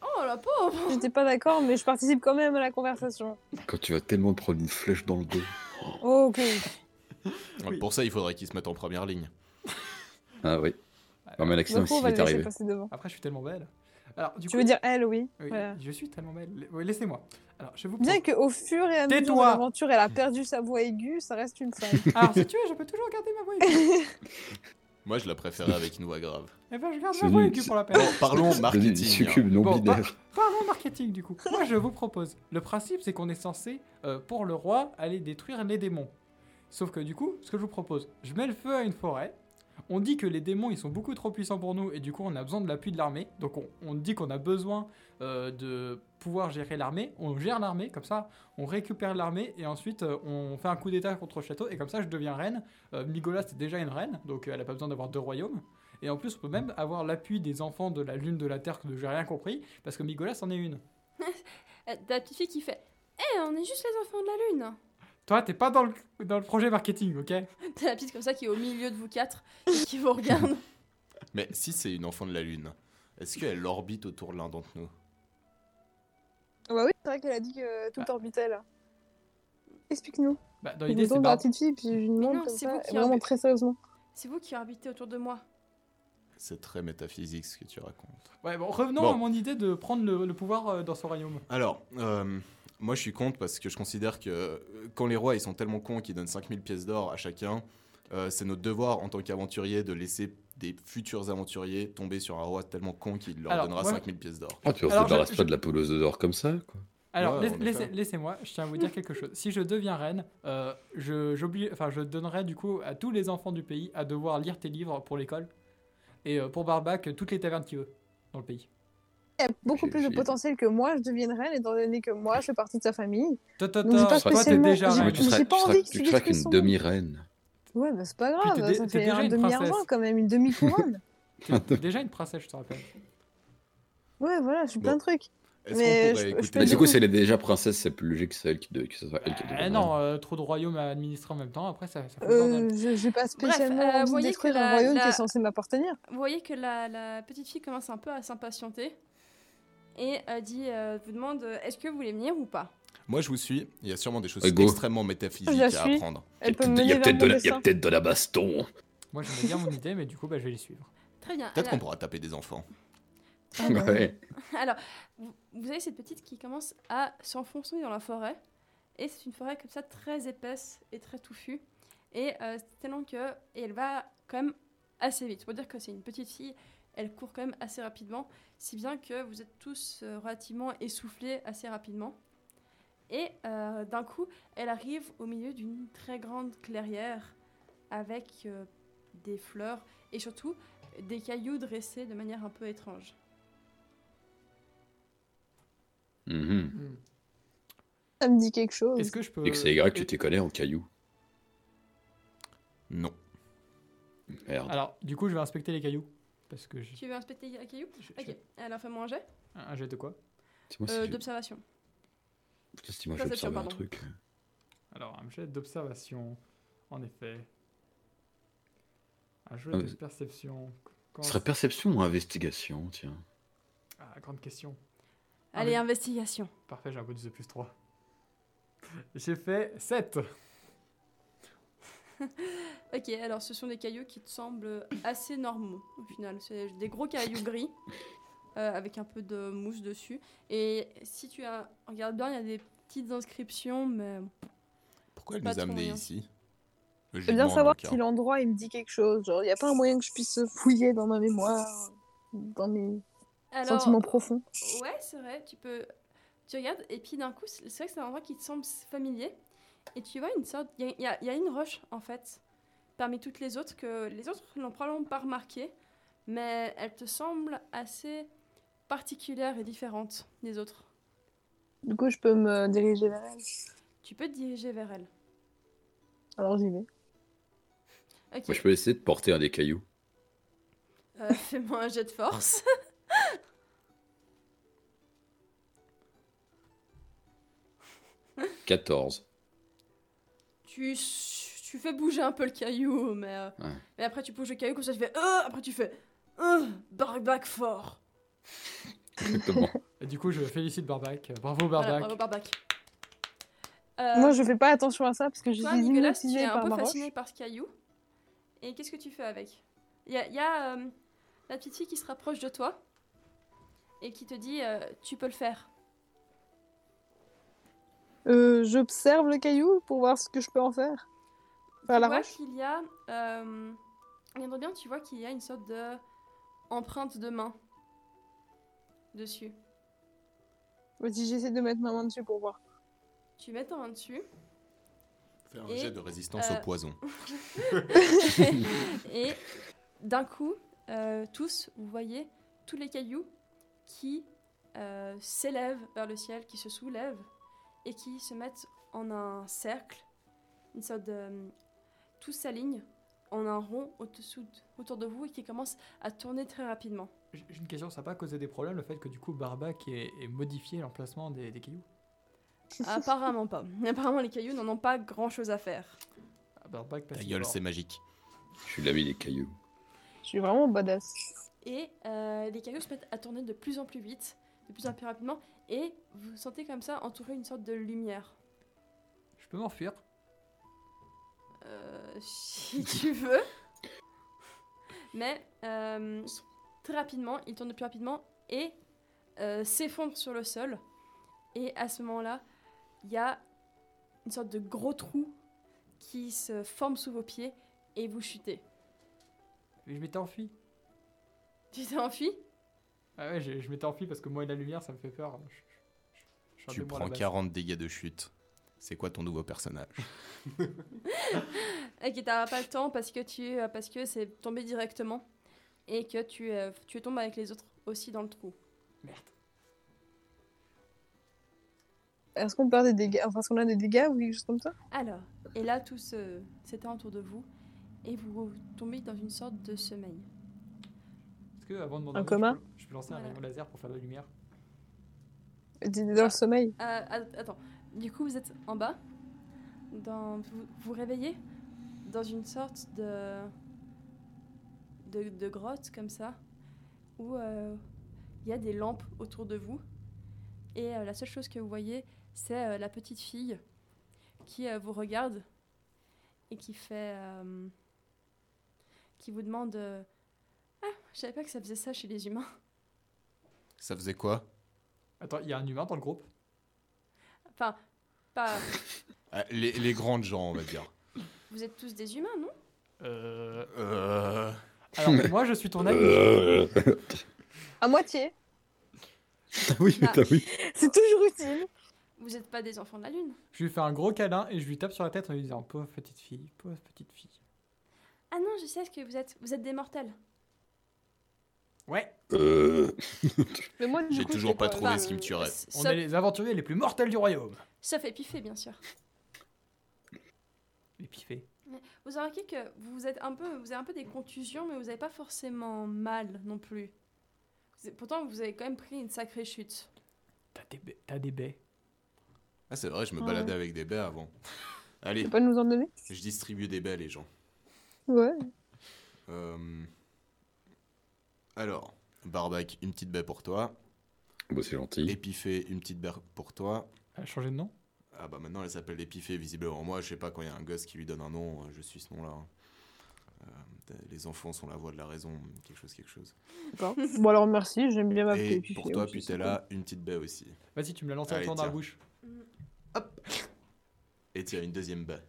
A: Oh la pauvre
C: bon. J'étais pas d'accord, mais je participe quand même à la conversation.
B: Quand tu vas tellement prendre une flèche dans le dos.
C: Oh, ok.
E: Oui.
D: Pour ça, il faudrait qu'ils se mettent en première ligne.
B: Ah oui. Non, mais l'accident,
C: Donc, on
B: s'il
C: va
B: est
C: la laisser
B: arrivé.
C: passer devant.
E: Après, je suis tellement belle. Alors, du
C: Tu
E: coup,
C: veux dire elle, oui.
E: Oui,
C: Voilà.
E: Je suis tellement belle. La- oui, Laissez-moi. Alors, je vous
C: Bien qu'au fur et à mesure de
E: Tais-toi.
C: l'aventure, elle a perdu sa voix aiguë, ça reste une femme.
E: Alors, si tu veux, je peux toujours garder ma voix aiguë.
D: Moi, je la préférais avec une voix grave.
E: Eh ben, je garde
B: C'est
E: ma voix
B: nul,
E: aiguë
B: c'est-
E: pour la peine.
D: Bon, parlons
B: Une
D: marketing. hein.
B: succube non
E: Bon,
B: binaire.
E: Parlons marketing, du coup. Moi, je vous propose. Le principe, c'est qu'on est censé, euh, pour le roi, aller détruire les démons. Sauf que, du coup, ce que je vous propose, je mets le feu à une forêt. On dit que les démons, ils sont beaucoup trop puissants pour nous et du coup, on a besoin de l'appui de l'armée. Donc, on, on dit qu'on a besoin euh, de pouvoir gérer l'armée. On gère l'armée, comme ça, on récupère l'armée et ensuite, euh, on fait un coup d'état contre le château et comme ça, je deviens reine. Euh, Migola, c'est déjà une reine, donc euh, elle n'a pas besoin d'avoir deux royaumes. Et en plus, on peut même avoir l'appui des enfants de la lune de la terre que j'ai rien compris, parce que Migolas en est une.
A: Euh, T'as la petite fille qui fait Hé, on est juste les enfants de la lune
E: Toi, t'es pas dans le, dans le projet marketing, ok
A: T'as la petite comme ça qui est au milieu de vous quatre et qui vous regarde.
D: Mais si c'est une enfant de la Lune, est-ce qu'elle orbite autour de l'un d'entre nous
C: Ah bah oui, c'est vrai qu'elle a dit que tout orbitait là. Explique-nous.
E: Bah, dans
C: Je
E: l'idée,
C: me
E: c'est
C: tourne vers la
E: pas...
C: petite fille, puis je lui
A: non,
C: demande comme
A: c'est
C: ça,
A: vous qui
C: vraiment
A: avez-
C: très sérieusement.
A: C'est vous qui orbitez autour de moi.
D: C'est très métaphysique ce que tu racontes.
E: Ouais, bon, revenons
D: Bon.
E: à mon idée de prendre le, le pouvoir euh, dans son royaume.
D: Alors, euh, moi, je suis contre parce que je considère que euh, quand les rois, ils sont tellement cons qu'ils donnent 5000 pièces d'or à chacun, euh, c'est notre devoir en tant qu'aventurier de laisser des futurs aventuriers tomber sur un roi tellement con qu'il leur
E: Alors,
D: donnera
E: moi-
D: 5000 pièces d'or.
B: Ah, tu ne
E: Alors,
B: te débarrasses
E: je-
B: pas de la poleuse d'or comme ça, quoi.
E: Alors,
D: Ouais,
E: laisse-
D: en effet.
E: laissez- laissez-moi, je tiens à vous dire quelque chose. Si je deviens reine, euh, je, j'oblige- enfin, je donnerai du coup à tous les enfants du pays à devoir lire tes livres pour l'école, et euh, pour Barbac, toutes les tavernes qu'il veut dans le pays.
C: Elle a beaucoup
B: J'ai-
C: plus de
B: j'ai-
C: potentiel que moi, je devienne reine, étant donné que moi, je fais partie de sa famille.
E: Toi, toi,
C: Donc, j'ai
E: toi,
C: pas
E: toi, t'es
C: spécialement-
E: déjà
C: j'ai-
E: reine.
B: Ouais,
C: j'ai pas
B: tu
C: envie que
B: tu
C: tu
B: seras qu'une
C: détruises son-
B: demi-reine.
C: Ouais, bah c'est pas
E: Puis t'es
C: grave,
E: dé-
C: ça
E: t'es
C: fait
E: déjà
C: un
E: une
C: demi-argent
E: princesse.
C: quand même, une demi-couronne.
E: T'es déjà une princesse, je te rappelle.
C: Ouais, voilà, je suis plein
D: Bon.
C: de trucs.
D: Est-ce
C: Mais
D: qu'on
C: je-
D: pourrait
C: je
D: écouter
C: peux
B: Mais
C: du
B: Bah, du coup,
C: coup-
B: si elle est déjà princesse, c'est plus logique que, c'est elle qui de- que ce soit elle qui
E: Eh
B: devrait.
E: non, euh, trop de royaumes à administrer en même temps, après ça, ça fait le bordel.
C: Euh, je- j'ai pas spécialement
A: euh, vous
C: envie
A: voyez
C: détruire
A: que
C: un
A: la-
C: royaume
A: la-
C: qui est censé m'appartenir.
A: Vous voyez que la, la petite fille commence un peu à s'impatienter et euh, dit, euh, vous demande euh, est-ce que vous voulez venir ou pas
D: Moi, je vous suis. Il y a sûrement des choses
B: Ego.
D: extrêmement métaphysiques
C: Je la
D: à
C: suis.
D: apprendre.
C: Elle peut
B: Il
C: me
B: y
C: mener
B: a
C: vers
B: peut-être
C: mon
B: de, la- il y
C: destin.
B: a peut-être de la baston.
E: Moi j'aimais bien mon idée, mais du coup bah, je vais les suivre.
A: Très bien.
D: Peut-être
A: alors-
D: qu'on pourra taper des enfants.
C: Ah bah ouais.
B: Ouais.
A: Alors, vous, vous avez cette petite qui commence à s'enfoncer dans la forêt. Et c'est une forêt comme ça très épaisse et très touffue. Et euh, c'est tellement que. Et elle va quand même assez vite. Pour dire que c'est une petite fille, elle court quand même assez rapidement. Si bien que vous êtes tous euh, relativement essoufflés assez rapidement. Et euh, d'un coup, elle arrive au milieu d'une très grande clairière avec euh, des fleurs et surtout des cailloux dressés de manière un peu étrange.
B: Mhm.
D: Hmm.
C: Ça me dit quelque chose.
E: Est-ce que je peux.
B: Et que c'est Y, tu t'y connais en caillou.
D: Non.
B: Merde.
E: Alors, du coup, je vais inspecter les cailloux. Parce que j'ai.
A: Tu veux inspecter un caillou
E: j'ai-
A: Ok,
E: j'ai-
A: alors fais-moi un jet
E: Un un jet de quoi
B: C'est moi
A: euh,
B: si
A: d'observation.
B: j'ai- si moi
A: ça, c'est
B: j'observe
A: sûr,
B: un
A: pardon.
B: truc.
E: Alors, un jet d'observation, en effet. Un jet
B: Ah,
E: de
B: mais-
E: perception. Quand-
B: Ce serait perception ou investigation, tiens.
E: Ah, grande question. Ah,
A: Allez,
E: mais-
A: investigation.
E: Parfait, j'ai un bonus de plus 3. J'ai fait 7.
A: Ok, alors ce sont des cailloux qui te semblent assez normaux au final. C'est des gros cailloux gris euh, avec un peu de mousse dessus. Et si tu as- regardes bien, il y a des petites inscriptions, mais euh,
D: Pourquoi elle
A: Pas
D: nous a
A: trop
D: amenés
A: rien.
D: ici
C: Je
D: Je lui
C: veux bien
D: demande,
C: savoir
D: au cas
C: si l'endroit il me dit quelque chose. Genre, y a pas un moyen que je puisse fouiller dans ma mémoire, dans mes
A: alors
C: sentiments profonds.
A: ouais, c'est vrai. Tu peux, tu regardes et puis d'un coup, c'est c'est vrai que c'est un endroit qui te semble familier. Et tu vois une sorte, il y, a- il y a- il y a une roche en fait parmi toutes les autres que les autres n'ont probablement pas remarqué, mais elle te semble assez particulière et différente des autres.
C: Du coup, je peux me diriger vers elle.
A: Tu peux te diriger vers elle.
C: Alors j'y vais.
A: Ok.
B: Moi, je peux essayer de porter un des cailloux.
A: Euh, Fais-moi un jet de force.
B: Quatorze.
A: tu, tu fais bouger un peu le caillou, mais, euh,
B: Ouais.
A: mais après tu bouges le caillou comme ça tu fais euh, après tu fais euh, barbac fort.
B: Exactement.
E: Et du coup, je félicite Barbac. Bravo,
A: Voilà,
E: Barbac.
A: bravo barbac. Euh,
C: Moi, je fais pas attention à ça parce que je
A: toi
C: suis
A: Nicolas, tu
C: hypnotisée
A: es un
C: par
A: peu
C: ma roche.
A: fasciné par ce caillou. Et qu'est-ce que tu fais avec Il y a, il y a, euh, la petite fille qui se rapproche de toi et qui te dit euh, tu peux le faire.
C: Euh, J'observe le caillou pour voir ce que je peux en faire. Faire
A: tu
C: la
A: vois
C: roche.
A: qu'il y a, euh, regarde bien, tu vois qu'il y a une sorte de empreinte de main dessus.
C: Vas-y, j'essaie de mettre ma main dessus pour voir.
A: Tu mets ta main dessus
D: où. Faire un
A: Et,
D: jet de résistance
A: euh,
D: au poison.
A: et d'un coup, euh, tous, vous voyez tous les cailloux qui euh, s'élèvent vers le ciel, qui se soulèvent et qui se mettent en un cercle, une sorte de... Tous s'alignent en un rond au-dessous de- autour de vous et qui commence à tourner très rapidement.
E: J'ai j'ai une question, ça n'a pas causé des problèmes le fait que du coup, Barbac ait, ait modifié l'emplacement des, des cailloux
A: Apparemment pas. Apparemment, les cailloux n'en ont pas grand chose à faire.
E: Ah, Barbac, parce
D: Ta
E: qu'il
D: gueule,
E: est mort.
D: c'est magique.
B: je suis l'ami des cailloux.
C: Je suis vraiment badass.
A: Et euh, les cailloux se mettent à tourner de plus en plus vite, de plus en plus rapidement, et vous vous sentez comme ça entouré d'une sorte de lumière.
E: Je peux m'enfuir
A: Euh, si tu veux. Mais euh, très rapidement, ils tournent de plus rapidement et euh, s'effondrent sur le sol. Et à ce moment-là, il y a une sorte de gros trou qui se forme sous vos pieds et vous chutez.
E: Mais Je m'étais enfui.
A: Tu t'es enfui
E: Ah ouais, j'ai- je m'étais enfui parce que moi et la lumière, ça me fait peur. Je- je- je- je suis un
D: Tu
E: démon à la
D: prends
E: base.
D: 40 dégâts de chute. C'est quoi ton nouveau personnage
A: Et qui t'as pas le temps parce que tu euh, parce que c'est tombé directement et que tu euh, tu tombes avec les autres aussi dans le trou.
E: Merde.
C: Est-ce qu'on perd des dégâts Enfin, est-ce qu'on a des dégâts ou quelque chose comme ça
A: Alors, et là tout se s'éteint autour de vous et vous tombez dans une sorte de sommeil.
E: Est-ce que avant de m'endormir,
C: Un coma
E: je peux- je peux lancer un
A: Voilà.
E: rayon laser pour faire de la lumière
C: Dîner dans le sommeil.
A: Euh, att- attends, du coup vous êtes en bas, dans, vous vous réveillez dans une sorte de, de, de grotte comme ça, où euh, il y a des lampes autour de vous, et euh, la seule chose que vous voyez, c'est euh, la petite fille qui euh, vous regarde et qui fait... euh, qui vous demande... euh, ah, je savais pas que ça faisait ça chez les humains.
D: Ça faisait quoi
E: Attends, il y a un humain dans le groupe
A: Enfin, pas...
D: Ah, les, les grandes gens, on va dire.
A: Vous êtes tous des humains, non
E: euh...
D: Euh,
E: Alors, moi, je suis ton ami.
B: Euh,
C: À moitié.
B: oui,
A: Ah.
B: putain, oui.
C: C'est toujours utile.
A: Vous n'êtes pas des enfants de la Lune
E: Je lui fais un gros câlin et je lui tape sur la tête en lui disant Pauvre petite fille, pauvre petite fille.
A: Ah non, je sais ce que vous êtes. Vous êtes des mortels.
E: Ouais,
B: Euh,
C: Mais moi, du
D: J'ai
C: coup,
D: toujours
C: c'est
D: pas
C: quoi
D: trouvé
A: Enfin,
D: ce qui me
A: On
D: tuerait.
E: on
A: sauf,
E: est les aventuriers les plus mortels du royaume.
A: sauf épiphée, bien sûr.
E: Les piffés.
A: Vous remarquez que vous êtes un peu, vous avez un peu des contusions, mais vous n'avez pas forcément mal non plus. Vous- Pourtant, vous avez quand même pris une sacrée chute.
E: T'as des, baies- t'as des baies.
D: Ah, c'est vrai, je me
C: Ah
D: baladais avec des baies avant. Allez,
C: Tu peux pas nous en donner
D: je distribue des baies, les gens.
C: Ouais.
D: Euh, Alors, Barbac, une petite baie pour toi.
B: bon, c'est gentil.
D: Épiphée, une petite baie pour toi.
E: Elle a changé de nom
D: Ah bah maintenant elle s'appelle Épiphée, visiblement. Moi, je sais pas quand il y a un gosse qui lui donne un nom, euh, je suis ce nom-là. hein. Euh, les enfants sont la voix de la raison, quelque chose, quelque chose.
C: D'accord. bon, alors merci, j'aime bien ma
D: Et
C: petite
D: pour
C: fille
D: toi,
C: aussi, c'est
D: Putella, une petite baie aussi.
E: Vas-y, tu me l'as lancé en
D: Allez,
E: tournant dans la
D: tiens.
E: bouche.
D: Et tire une deuxième baie.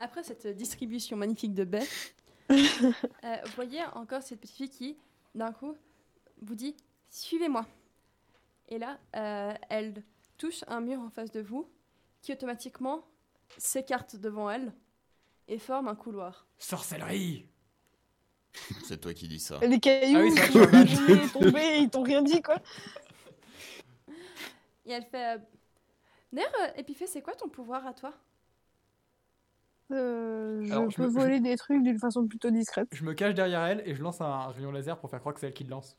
A: Après cette distribution magnifique de baies, euh, vous voyez encore cette petite fille qui, d'un coup, vous dit Suivez-moi. Et là, euh, elle touche un mur en face de vous qui automatiquement s'écarte devant elle et forme un couloir.
E: Sorcellerie
D: C'est toi qui dis ça.
C: cool. Les cailloux,
E: Ah oui, c'est
C: qui
E: vrai que
C: ont
E: je
C: joué, tombé, ils t'ont rien dit, quoi.
A: Et elle fait. euh, D'ailleurs, euh, Épiphée, c'est quoi ton pouvoir à toi
C: Euh, je
E: Alors, je
C: peux
E: me- je-
C: voler des trucs d'une façon plutôt discrète.
E: Je me cache derrière elle et je lance un rayon laser pour faire croire que c'est elle qui le lance.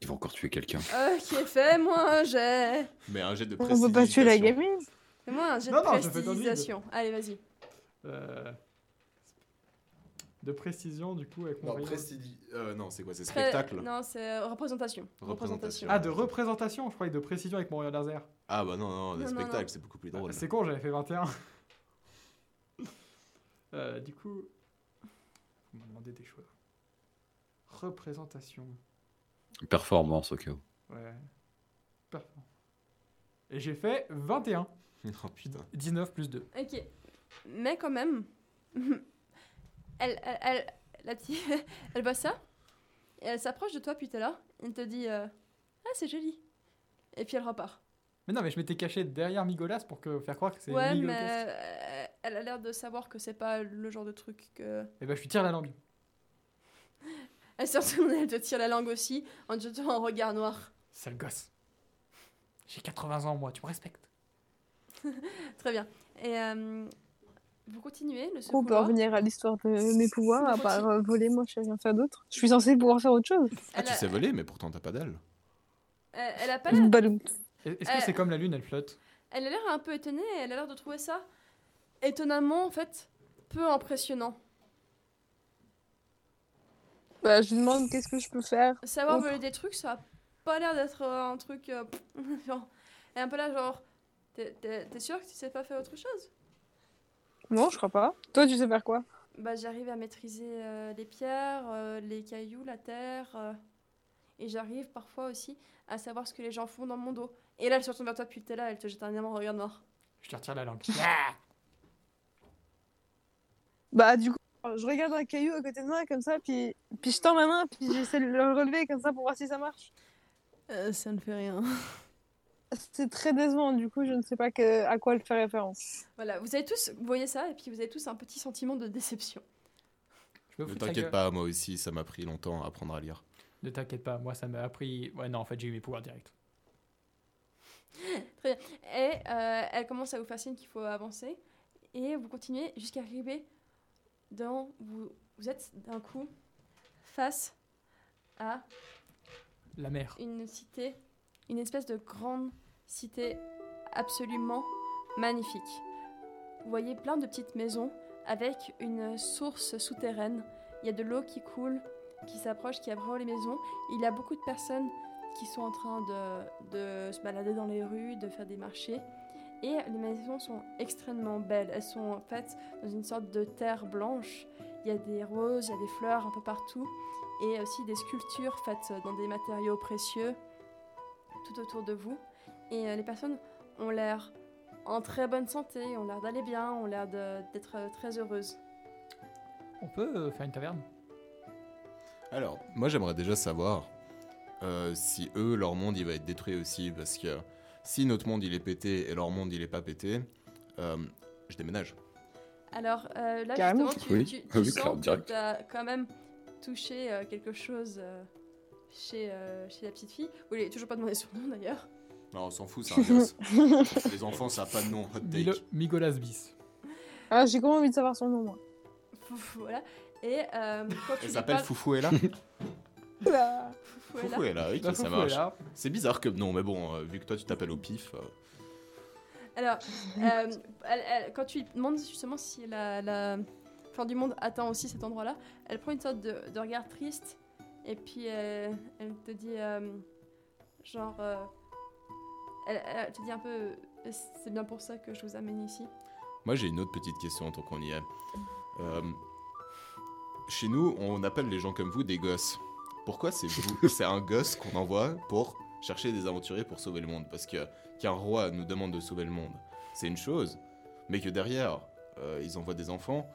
B: Il va encore tuer quelqu'un.
A: Ok, fais-moi un jet
D: Mais un jet de
C: On peut pas tuer la gamine.
A: Fais-moi un jet
E: Non,
A: de
E: non, je fais dans le
A: prestidigitation. Allez, vas-y.
E: Euh, De précision, du coup, avec mon
D: Non,
E: rayon-
D: prestigi- euh, non, c'est quoi C'est
A: Pré-
D: spectacle
A: Non, c'est euh, représentation.
D: Représentation.
E: Ah, de représentation, je croyais, de précision avec mon rayon laser.
D: Ah bah non, non, le
A: Non, non,
D: spectacle,
A: non. Ah,
D: c'est beaucoup plus drôle.
E: C'est con, j'avais fait 21. Euh, du coup, vous me demandez des choix. Représentation.
B: Performance au cas où.
E: Ouais. Performance. Et j'ai fait 21.
D: oh putain.
E: 19 plus 2.
A: Ok. Mais quand même, elle, elle, elle- la petite, elle voit ça, et elle s'approche de toi, puis t'es là, elle te dit euh, Ah, c'est joli. Et puis elle repart.
E: Mais non, mais je m'étais caché derrière Migolas pour que, faire croire que c'est
A: Ouais, mais
E: Migolas.
A: euh, elle a l'air de savoir que c'est pas le genre de truc que.
E: Et bah, je lui tire la langue.
A: Elle se retourne, elle te tire la langue aussi, en te jetant un regard noir.
E: Sale gosse. J'ai 80 ans, moi, tu me respectes.
A: Très bien. Et euh, vous continuez le
C: On peut
A: secours.
C: en venir à l'histoire de mes pouvoirs, à
A: Continue.
C: part euh, voler, moi je sais rien faire d'autre. Je suis censée pouvoir faire autre chose.
D: Ah,
A: Elle,
D: tu
A: a-
D: sais voler, mais pourtant t'as pas d'ailes.
A: elle, elle a pas l'air-
C: Balou.
E: Est-ce que
A: Euh.
E: c'est comme la lune, elle flotte
A: elle a l'air un peu étonnée, elle a l'air de trouver ça étonnamment, en fait, peu impressionnant.
C: Bah, je lui demande qu'est-ce que je peux faire.
A: Savoir
C: Autre.
A: voler des trucs, ça a pas l'air d'être euh, un truc. euh, pff, genre, elle est un peu là, genre. T'es- T'es t'es sûre que tu sais pas faire autre chose
C: Non, je crois pas. Toi, tu sais faire quoi
A: Bah, j'arrive à maîtriser euh, les pierres, euh, les cailloux, la terre. euh, et j'arrive parfois aussi à savoir ce que les gens font dans mon dos. Et là, elle se retourne vers toi, puis t'es là, elle te jette un énorme regard noir.
E: Je lui retire la langue.
C: Bah, du coup, je regarde un caillou à côté de moi, comme ça, puis, puis je tends ma main, puis j'essaie de le relever, comme ça, pour voir si ça marche. Euh,
A: ça ne fait rien.
C: C'est très décevant, du coup, je ne sais pas que- à quoi elle fait référence.
A: Voilà, vous avez tous, vous voyez ça, et puis vous avez tous un petit sentiment de déception.
E: Je me
D: Ne
E: fous de sa
D: t'inquiète
E: gueule.
D: pas, moi aussi, ça m'a pris longtemps à apprendre à lire.
E: Ne t'inquiète pas, moi ça m'a appris. Ouais, non, en fait j'ai eu mes pouvoirs directs.
A: Et euh, elle commence à vous faire signe qu'il faut avancer, et vous continuez jusqu'à arriver dans. Vous, vous êtes d'un coup face à
E: La mer.
A: une cité, une espèce de grande cité absolument magnifique. Vous voyez plein de petites maisons avec une source souterraine. Il y a de l'eau qui coule, qui s'approche, qui abreuve les maisons. Il y a beaucoup de personnes qui sont en train de, de se balader dans les rues, de faire des marchés. Et les maisons sont extrêmement belles. Elles sont en fait dans une sorte de terre blanche. Il y a des roses, il y a des fleurs un peu partout et aussi des sculptures faites dans des matériaux précieux tout autour de vous. Et euh, les personnes ont l'air en très bonne santé, ont l'air d'aller bien, ont l'air de- d'être euh, très heureuses.
E: On peut euh, faire une taverne
D: Alors, moi j'aimerais déjà savoir euh, si eux, leur monde, il va être détruit aussi, parce que si notre monde il est pété et leur monde il est pas pété, euh, je déménage.
A: Alors euh, là,
C: Carrément.
A: justement, tu,
B: Oui.
A: tu- tu
B: Ah oui,
A: sens
B: clairement,
A: que
B: direct.
A: t'as quand même touché euh, quelque chose euh, chez, euh, chez la petite fille. Vous l'avez toujours pas demandé son nom d'ailleurs.
D: Non, on s'en fout, c'est un gosse. Les enfants, ça a pas de nom, hot take.
E: Milo- Migolas bis.
C: Ah, j'ai quand même envie de savoir son nom, moi.
A: voilà. Et euh, quand tu
D: Elle
A: lui
D: s'appelle
A: parles-
D: Foufouella.
C: Oula.
A: Fouella.
D: Foufouella, oui,
E: La
D: ça
E: Bah, foufou est
D: marche. Ah.
E: là.
D: C'est bizarre comme nom, mais bon, euh, vu que toi tu t'appelles au pif. euh,
A: Alors, euh, elle- elle- quand tu lui demandes justement si la, la fin du monde atteint aussi cet endroit-là, elle prend une sorte de, de regard triste et puis euh, elle te dit euh, genre, euh, elle, elle te dit un peu, euh, c'est bien pour ça que je vous amène ici.
D: Moi, j'ai une autre petite question tant qu'on y est. Euh, chez nous, on appelle les gens comme vous des gosses. Pourquoi c'est vous C'est un gosse qu'on envoie pour chercher des aventuriers pour sauver le monde. Parce que qu'un roi nous demande de sauver le monde, c'est une chose. Mais que derrière, euh, ils envoient des enfants.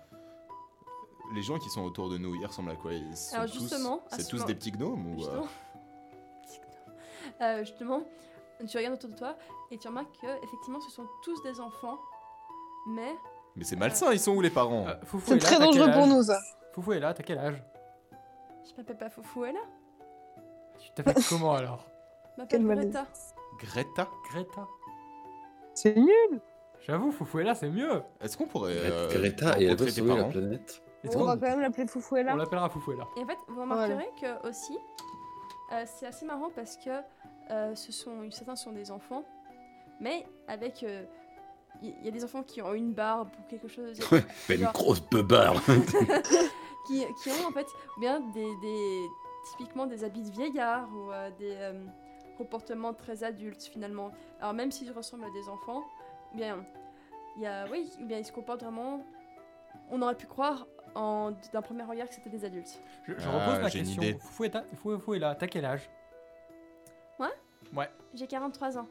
D: Les gens qui sont autour de nous, ils ressemblent à quoi Ils sont
A: Alors,
D: tous-
A: justement, à
D: c'est
A: ce
D: tous
A: moment-
D: des petits gnomes ou euh,
A: Justement. Euh, justement, tu regardes autour de toi et tu remarques que effectivement, ce sont tous des enfants, mais
D: Mais c'est malsain. Ils sont où les parents
E: Euh,
C: C'est
E: Foufou est là,
C: très
E: t'as quel
C: dangereux pour
E: âge
C: nous, ça.
E: Foufou est là, t'as quel âge
A: je m'appelle pas Foufouella,
E: Tu t'appelles comment alors
A: je m'appelle
C: Quel malaise.
A: Greta.
D: Greta.
E: Greta.
C: C'est nul.
E: J'avoue, Foufou est là, c'est mieux.
D: Est-ce qu'on pourrait euh,
B: Greta et elle veut
D: rencontrer tes
B: sauver la
D: parents
B: planète.
E: Est-ce
C: On
E: qu'on-
C: va quand même l'appeler Foufouella.
E: On l'appellera Foufou est là.
A: Et en fait, vous remarquerez que aussi, euh, c'est assez marrant parce que euh, ce sont, certains sont des enfants, mais avec. euh, Il y, y a des enfants qui ont une barbe ou quelque chose.
B: Ouais, mais une
A: Genre-
B: grosse beubare.
A: qui, qui ont en fait ou bien des, des- typiquement des habits de vieillard ou euh, des euh, comportements très adultes finalement. Alors même s'ils ressemblent à des enfants, bien il y a oui, ou bien ils se comportent vraiment. On aurait pu croire en- d'un premier regard que c'était des adultes.
E: Je, je
D: Ah,
E: repose ma
D: j'ai une
E: question.
D: idée.
E: Foufou est, ta- Foufou- Foufou est là, t'as quel âge
A: J'ai 43 ans.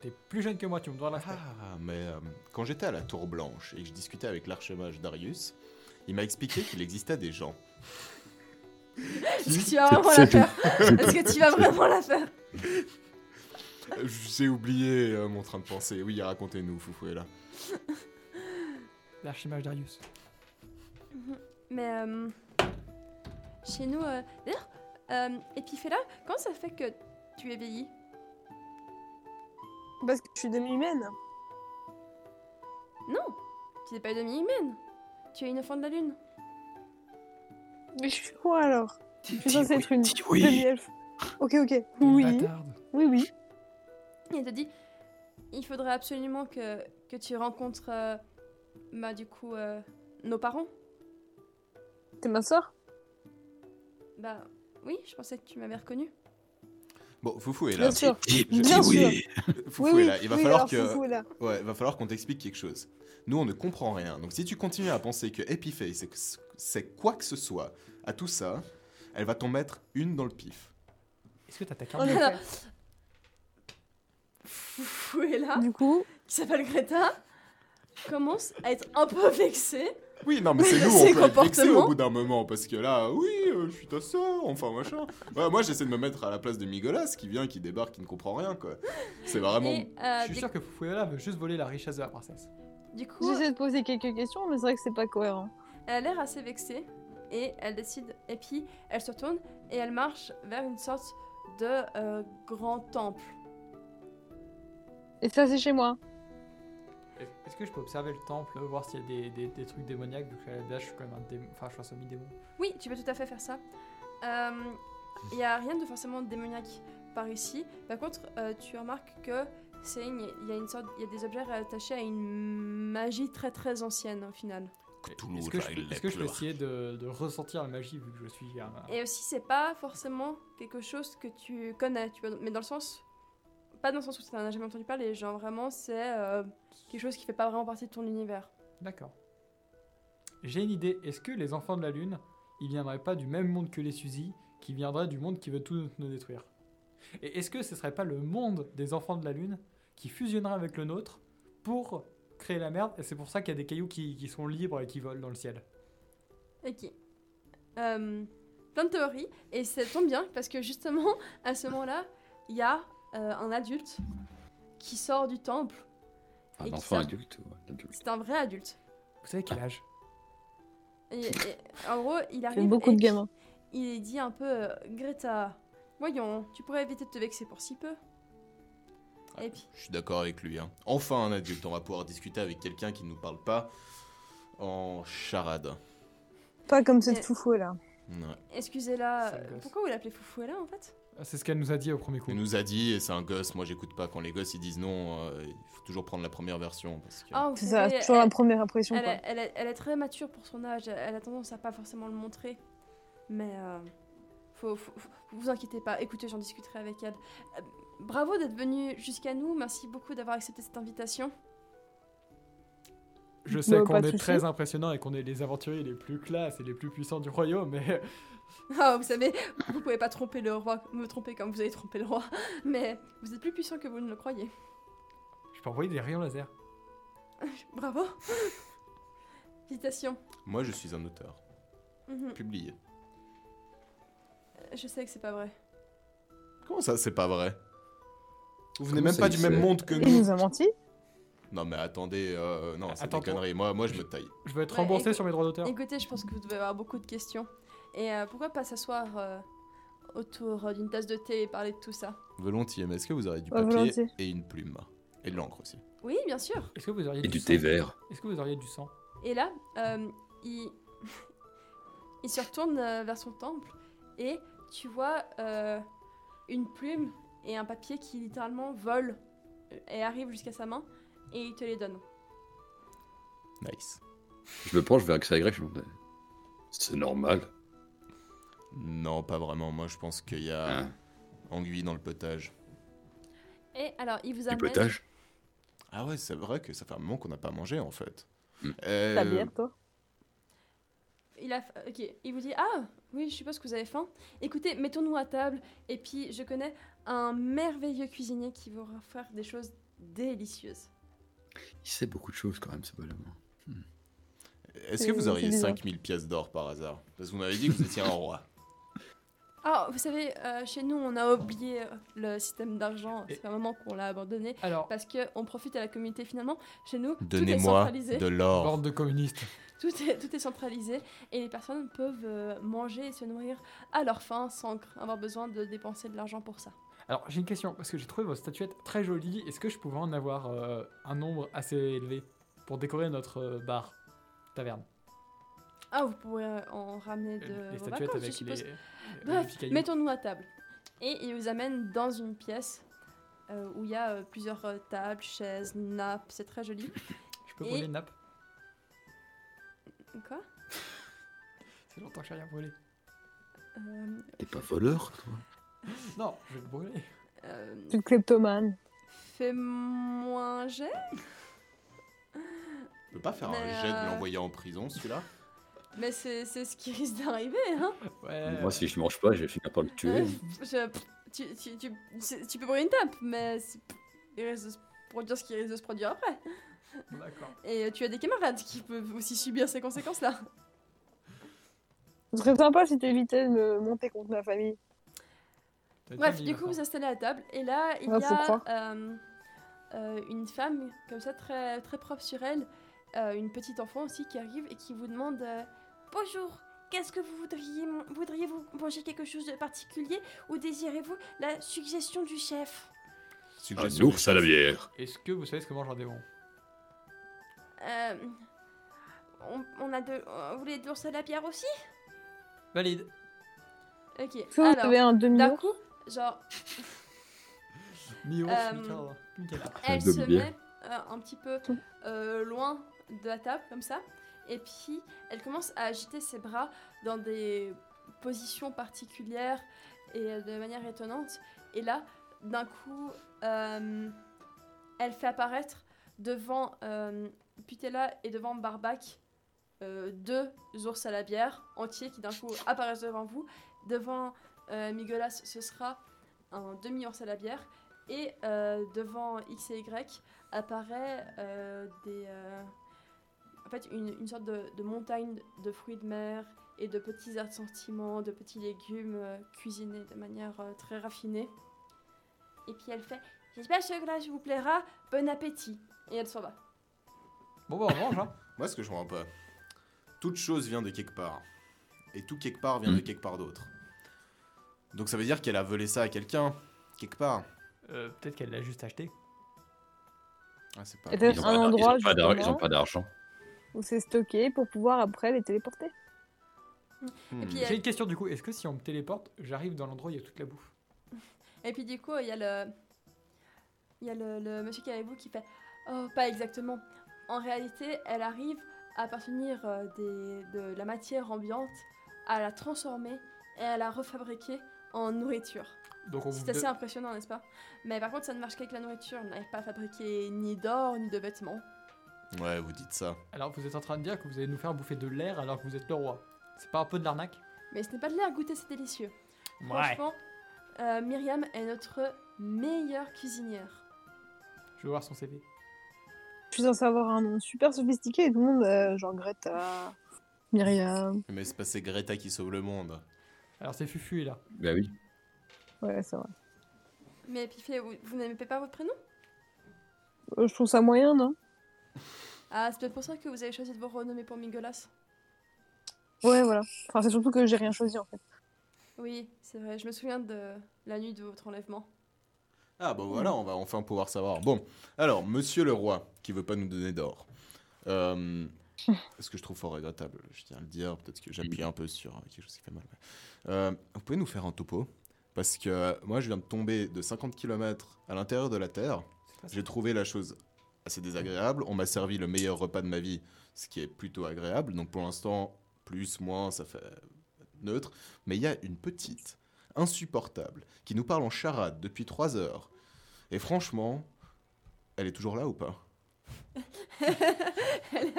E: T'es plus jeune que moi, tu me dois la
D: Ah, mais euh, quand j'étais à la Tour Blanche et que je discutais avec l'archemage Darius, il m'a expliqué qu'il existait des gens.
A: Est-ce que tu vas vraiment la faire Est-ce que tu vas vraiment la faire
D: Euh, J'ai oublié euh, mon train de pensée. Oui, racontez-nous, Foufouela.
E: L'archimage Darius.
A: Mais euh, chez nous, euh, d'ailleurs, euh, Epiphéla, comment ça fait que tu es vieilli
C: Parce que je suis demi-humaine.
A: Non, tu n'es pas une demi-humaine. Tu es une enfant de la lune.
C: Mais je suis quoi alors Je suis censée être
E: Mm.
C: une
B: oui.
C: demi-elfe. Ok, ok. Oui.
E: Bâtarde.
C: Oui, oui.
A: Et elle te dit, il faudrait absolument que, que tu rencontres, euh, bah du coup, euh, nos parents.
C: T'es ma soeur
A: Bah oui, je pensais que tu m'avais reconnu.
D: Bon, Foufouela.
C: Bien sûr.
B: Et
D: Je-
C: Bien sûr. Oui, oui.
D: Foufouela, il va
C: oui,
D: falloir
C: alors,
D: que.
C: Foufouella.
D: Ouais, il va falloir qu'on t'explique quelque chose. Nous, on ne comprend rien. Donc, si tu continues à penser que Epiphée, c'est c'est quoi que ce soit à tout ça, elle va t'en mettre une dans le pif.
E: Est-ce que t'as ta
C: En
E: carte
A: est-
C: effet.
A: Fouella,
C: Du coup,
A: qui s'appelle Greta, commence à être un peu vexée.
D: Oui, non, mais c'est
A: Mais
D: nous,
A: ces
D: on peut être vexés
A: comportements.
D: au bout d'un moment, parce que là, oui, euh, je suis ta soeur, enfin machin. Ouais, moi, j'essaie de me mettre à la place de Migolas, qui vient, qui débarque, qui ne comprend rien, quoi. C'est vraiment...
A: Et euh,
E: Je suis
A: du-
E: sûr que Foufou est là veut juste voler la richesse de la princesse.
A: du coup,
C: j'essaie de poser quelques questions, mais c'est vrai que c'est pas cohérent.
A: Elle a l'air assez vexée et elle décide. Et puis elle se retourne et elle marche vers une sorte de euh, grand temple.
C: Et ça, c'est chez moi.
E: Est-ce que je peux observer le temple, voir s'il y a des, des- des trucs démoniaques Vu que là, je suis quand même un démon. Enfin, je suis un semi-démon.
A: Oui, tu peux tout à fait faire ça. Euh, Il n'y a rien de forcément démoniaque par ici. Par contre, euh, tu remarques que c'est une- il y a une sorte, il y a des objets rattachés à une magie très très ancienne au final.
D: Cthulhu,
E: Est-ce que, je,
D: Jail,
E: peux- est-ce que je peux
D: Leclerc.
E: essayer de, de ressentir la magie vu que je suis un-
A: Et aussi, c'est pas forcément quelque chose que tu connais, tu vois, mais dans le sens. Pas dans le sens où tu n'en as jamais entendu parler, genre vraiment, c'est euh, quelque chose qui fait pas vraiment partie de ton univers.
E: D'accord. J'ai une idée. Est-ce que les enfants de la Lune, ils viendraient pas du même monde que les Suzy, qui viendraient du monde qui veut tout nous détruire Et est-ce que ce serait pas le monde des enfants de la Lune qui fusionnera avec le nôtre pour créer la merde Et c'est pour ça qu'il y a des cailloux qui, qui sont libres et qui volent dans le ciel.
A: Ok. Euh, plein de théories, et ça tombe bien parce que justement, à ce moment-là, il y a euh, un adulte qui sort du temple. Et
B: Un
A: qui
B: enfant
A: ça
B: adulte, ouais, un adulte.
A: C'est un vrai adulte.
E: Vous savez quel âge
A: Et, et, en gros, il
C: Il y a
A: arrive.
C: beaucoup
A: et
C: de gamins.
A: Il dit un peu euh, Greta, voyons, tu pourrais éviter de te vexer pour si peu.
D: Ouais.
A: Et puis,
D: Ah, Je suis d'accord avec lui. hein. Enfin un adulte, on va pouvoir discuter avec quelqu'un qui ne nous parle pas en charade.
C: Pas comme cette
A: Et-
C: foufou là.
D: Ouais.
A: excusez-la,
E: Sale gosse.
A: pourquoi vous l'appelez Foufouella en fait
E: Ah, C'est ce qu'elle nous a dit au premier coup.
D: Il nous a dit, et c'est un gosse, moi j'écoute pas quand les gosses ils disent non, euh, il faut toujours prendre la première version. Parce que...
A: Ah, vous
C: C'est ça,
A: savez,
C: c'est toujours
A: elle-
C: la première impression.
A: elle,
C: quoi.
A: est- elle est- elle est très mature pour son âge, elle a tendance à pas forcément le montrer. Mais euh, faut, faut- faut- vous inquiétez pas, écoutez, j'en discuterai avec elle. Euh, bravo d'être venu jusqu'à nous, merci beaucoup d'avoir accepté cette invitation.
E: Je sais
C: Bah,
E: qu'on
C: pas de
E: est
C: souci.
E: très impressionnant et qu'on est les aventuriers les plus classes et les plus puissants du royaume, mais
A: Ah, vous savez, vous pouvez pas tromper le roi, me tromper comme vous avez trompé le roi, mais vous êtes plus puissant que vous ne le croyez.
E: je peux envoyer des rayons laser.
A: Bravo Félicitations.
D: Moi je suis un auteur,
A: Mhm.
D: publié.
A: Je sais que c'est pas vrai.
D: Comment ça, c'est pas vrai Vous venez
B: Comment
D: même
B: ça,
D: pas
B: il
D: du
B: sait
D: même monde que
C: Il
D: nous
C: nous a menti.
B: Euh,
D: Non mais attendez, euh, non, c'est
E: Attends,
D: des conneries. Moi, moi je me taille.
E: Je vais être
A: Ouais,
E: remboursé
A: écoute-
E: sur mes droits d'auteur.
A: Écoutez, je pense que vous devez avoir beaucoup de questions. Et euh, pourquoi pas s'asseoir euh, autour euh, d'une tasse de thé et parler de tout ça
D: Volontiers, mais est-ce que vous aurez du
C: Ouais,
D: papier
C: volontiers.
D: et une plume Et de l'encre aussi.
A: Oui, bien sûr.
E: Est-ce que vous auriez
B: Et du
E: sang
B: thé vert.
E: Est-ce que vous auriez du sang
A: Et là, euh, il... il se retourne euh, vers son temple et tu vois euh, une plume et un papier qui littéralement volent et arrivent jusqu'à sa main et il te les donne.
D: Nice.
B: Je me penche vers Axel Grey, je me dis, C'est normal.
D: Non, pas vraiment. Moi je pense qu'il y a
B: hein,
D: anguille dans le potage.
A: Et alors, il vous
B: du
A: amène...
B: potage.
D: Ah ouais, c'est vrai que ça fait un moment qu'on n'a pas mangé en fait.
B: Hmm.
D: Euh,
C: Ta bière, toi.
A: Il, a, ok, il vous dit Ah, oui, je suppose que vous avez faim. Écoutez, mettons-nous à table. Et puis, je connais un merveilleux cuisinier qui vous fera faire des choses délicieuses.
B: Il sait beaucoup de choses quand même, ce bonhomme.
D: Est-ce que
C: Euh,
D: vous
C: c'est
D: auriez
C: des
D: 5000 pièces d'or par hasard Parce que vous m'avez dit que vous étiez un roi.
A: Ah, vous savez, euh, chez nous, on a oublié euh, le système d'argent.
E: Et-
A: C'est un moment qu'on l'a abandonné.
E: Alors,
A: Parce qu'on profite à la communauté finalement. Chez nous, tout est
D: Donnez-moi
A: centralisé.
D: de l'or.
E: bande de communistes.
A: Tout, est, tout est centralisé. Et les personnes peuvent euh, manger et se nourrir à leur faim sans cr- avoir besoin de dépenser de l'argent pour ça.
E: Alors, j'ai une question, parce que j'ai trouvé vos statuettes très jolies. Est-ce que je pouvais en avoir euh, un nombre assez élevé pour décorer notre euh, bar, taverne
A: Ah, vous pourrez euh, en ramener de.
E: Les
A: vos
E: statuettes
A: vacances, je
E: avec les, euh,
A: suppose.
E: les
A: Bref,
E: petits cailloux.
A: mettons-nous à table. Et il vous amène dans une pièce euh, où il y a euh, plusieurs euh, tables, chaises, nappes, c'est très joli.
E: Je peux
A: et-
E: brûler une nappe
A: Quoi
E: C'est longtemps que j'ai rien brûlé.
A: Euh,
B: T'es pas voleur, toi
E: Non, je vais le brûler.
A: euh,
C: Tu es kleptomane.
A: Fais-moi un jet
D: Je peux pas faire
A: Mais,
D: un jet
A: euh,
D: de l'envoyer en prison celui-là
A: Mais c'est c'est ce qui risque d'arriver, hein
E: Ouais.
B: Moi, si je mange pas, je vais finir par le tuer.
A: Euh, je- tu, tu- tu- c'est- tu peux brûler une table, mais c'est- il risque de se produire ce qui risque de se produire après.
E: D'accord.
A: Et euh, tu as des camarades qui peuvent aussi subir ces conséquences-là.
C: Ce serait sympa si tu évitais de me monter contre ma famille.
E: T'as dit
A: Bref,
E: un
A: du
E: livre,
A: coup, vous vous
E: ça.
A: installez à table et là, il
C: Ouais,
A: y
C: faut croire.
A: a euh, euh, une femme comme ça, très, très propre sur elle, euh, une petite enfant aussi qui arrive et qui vous demande euh, Bonjour, qu'est-ce que vous voudriez mon- Voudriez-vous manger quelque chose de particulier ou désirez-vous la suggestion du chef
B: Un ours à la bière.
E: Est-ce que vous savez ce que mange un démon
A: Euh, on, on a de. euh, Vous voulez de l'ours à la bière aussi
E: Valide.
A: Ok,
C: Est-ce que vous avez
A: alors,
C: un demi
A: d'un coup, genre,
E: Mi-ours,
A: Euh,
E: mi-cadre, mi-cadre.
A: elle
B: de
A: se
B: bière.
A: met euh, un petit peu euh, loin de la table, comme ça. Et puis, elle commence à agiter ses bras dans des positions particulières et euh, de manière étonnante. Et là, d'un coup, euh, elle fait apparaître devant euh, Putella et devant Barbac euh, deux ours à la bière entiers qui d'un coup apparaissent devant vous. Devant euh, Migolas, ce sera un demi-ours à la bière. Et euh, devant X et Y apparaît euh, des, euh, en fait une, une sorte de, de montagne de fruits de mer et de petits assortiments, de petits légumes euh, cuisinés de manière euh, très raffinée. Et puis elle fait J'espère que cela vous plaira, bon appétit Et elle s'en va.
E: Bon, bah, on mange, hein.
D: Moi, ce que je comprends pas, toute chose vient de quelque part. Et tout quelque part vient
B: Mm.
D: de quelque part d'autre. Donc ça veut dire qu'elle a volé ça à quelqu'un, quelque part.
E: Euh, Peut-être qu'elle l'a juste acheté.
D: Ah, c'est pas...
E: Euh,
C: Peut-être
B: Ils ont
C: un
B: pas d'ar- ils
C: endroit
B: ont pas d'ar- Ils
C: justement.
B: ont pas d'argent.
C: où c'est stocké pour pouvoir après les téléporter.
D: Hmm.
A: puis,
E: J'ai une question du coup, est-ce que si on me téléporte, j'arrive dans l'endroit où il y a toute la bouffe
A: Et puis du coup, il y a le, il y a le, le monsieur qui est avec vous qui fait Oh, pas exactement. En réalité, elle arrive à appartenir euh, des- de la matière ambiante, à la transformer et à la refabriquer en nourriture.
E: Donc on vous
A: C'est assez
E: donne-
A: impressionnant, n'est-ce pas Mais par contre, ça ne marche qu'avec la nourriture. On n'arrive pas à fabriquer ni d'or, ni de vêtements.
D: Hmm. Ouais, vous dites ça.
E: Alors vous êtes en train de dire que vous allez nous faire bouffer de l'air alors que vous êtes le roi. C'est pas un peu de l'arnaque
A: Mais ce n'est pas de l'air goûter, c'est délicieux. Franchement, euh, Myriam est notre meilleure cuisinière.
E: Je veux voir son CV.
C: Je suis censée avoir un nom super sophistiqué et tout le monde, euh, genre Greta, Myriam.
D: Mais c'est pas c'est Greta qui sauve le monde.
E: Alors c'est Fufu là.
B: Bah oui.
C: Ouais, c'est vrai.
A: Mais Piffé, vous, vous n'aimez pas votre prénom
C: Euh, je trouve ça moyen, non
A: Ah, c'est peut-être pour ça que vous avez choisi de vous renommer pour Mingolas.
C: Ouais, voilà. Enfin, c'est surtout que j'ai rien choisi en fait.
A: Oui, c'est vrai, je me souviens de la nuit de votre enlèvement.
D: Ah
E: Mm.
D: bah voilà, on va enfin pouvoir savoir. Bon, alors, monsieur le roi, qui veut pas nous donner d'or. Euh, ce que je trouve fort regrettable, je tiens à le dire, peut-être que j'appuie un peu sur euh, quelque chose qui fait mal. mais- Euh, vous pouvez nous faire un topo Parce que euh, moi, je viens de tomber de 50 km à l'intérieur de la Terre.
E: C'est pas ça.
D: J'ai trouvé la chose assez désagréable. On m'a servi le meilleur repas de ma vie, ce qui est plutôt agréable. Donc pour l'instant, plus, moins, ça fait neutre. Mais il y a une petite, insupportable, qui nous parle en charade depuis trois heures. Et franchement, elle est toujours là ou pas
A: elle,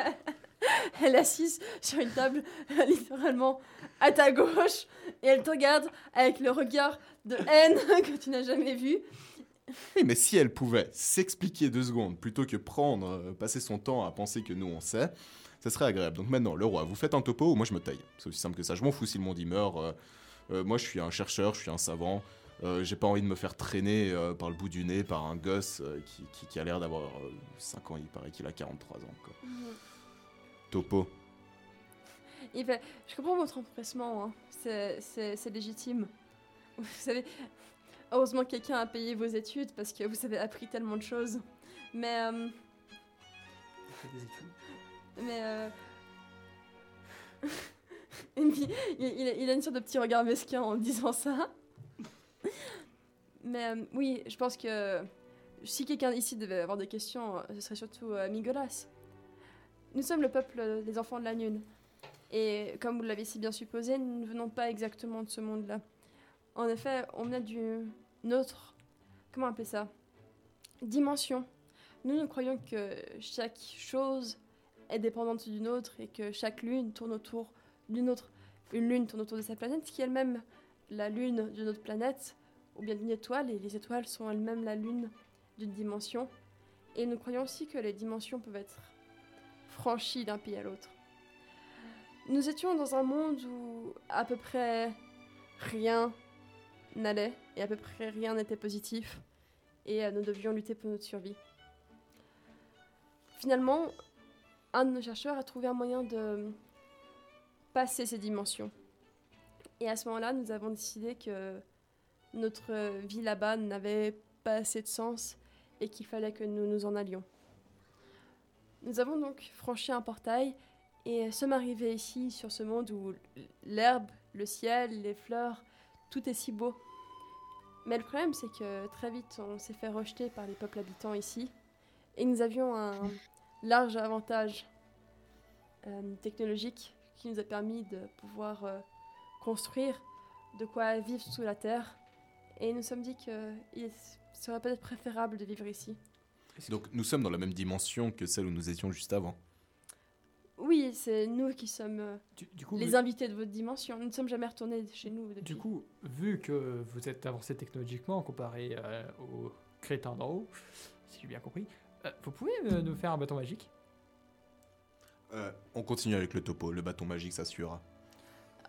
A: elle est assise sur une table, littéralement à ta gauche, et elle te regarde avec le regard de haine que tu n'as jamais vu.
D: Oui, mais si elle pouvait s'expliquer deux secondes plutôt que prendre, euh, passer son temps à penser que nous on sait, ça serait agréable. Donc maintenant, le roi, vous faites un topo ou moi je me taille. C'est aussi simple que ça. Je m'en fous si le monde y meurt. euh, euh, moi je suis un chercheur, je suis un savant. euh, J'ai pas envie de me faire traîner euh, par le bout du nez par un gosse euh, qui, qui- qui a l'air d'avoir 5 ans. Il paraît qu'il a 43 ans. Quoi. Topo.
A: Il fait, je comprends votre empressement, hein. c'est, c'est- c'est légitime. Vous savez, heureusement que quelqu'un a payé vos études parce que vous avez appris tellement de choses. Mais, euh, mais, euh, et puis, il, il a- il a une sorte de petit regard mesquin en disant ça. Mais euh, oui, je pense que si quelqu'un ici devait avoir des questions, euh, ce serait surtout euh, Migolas. Nous sommes le peuple euh, des enfants de la Lune. Et comme vous l'avez si bien supposé, nous ne venons pas exactement de ce monde-là. En effet, on venait d'une autre. Comment appeler ça Dimension. Nous, nous croyons que chaque chose est dépendante d'une autre et que chaque lune tourne autour d'une autre. Une lune tourne autour de sa planète, qui est elle-même la lune d'une autre planète, ou bien d'une étoile, et les étoiles sont elles-mêmes la lune d'une dimension. Et nous croyons aussi que les dimensions peuvent être franchies d'un pays à l'autre. Nous étions dans un monde où à peu près rien n'allait et à peu près rien n'était positif et euh, nous devions lutter pour notre survie. Finalement, un de nos chercheurs a trouvé un moyen de passer ces dimensions. Et à ce moment-là, nous avons décidé que notre vie là-bas n'avait pas assez de sens et qu'il fallait que nous nous en allions. Nous avons donc franchi un portail et sommes arrivés ici sur ce monde où l'herbe, le ciel, les fleurs, tout est si beau. Mais le problème, c'est que très vite, on s'est fait rejeter par les peuples habitants ici. Et nous avions un large avantage euh, technologique qui nous a permis de pouvoir euh, construire de quoi vivre sous la terre. Et nous sommes dit qu'il serait peut-être préférable de vivre ici.
D: Donc nous sommes dans la même dimension que celle où nous étions juste avant.
A: Oui, c'est nous qui sommes euh,
E: Du, du coup,
A: les
E: vu,
A: invités de votre dimension. Nous ne sommes jamais retournés chez nous depuis.
E: du coup, vu que vous êtes avancé technologiquement comparé euh, aux crétins d'en haut, si j'ai bien compris, euh, vous pouvez euh, nous faire un bâton magique
D: Euh, on continue avec le topo, le bâton magique s'assurera.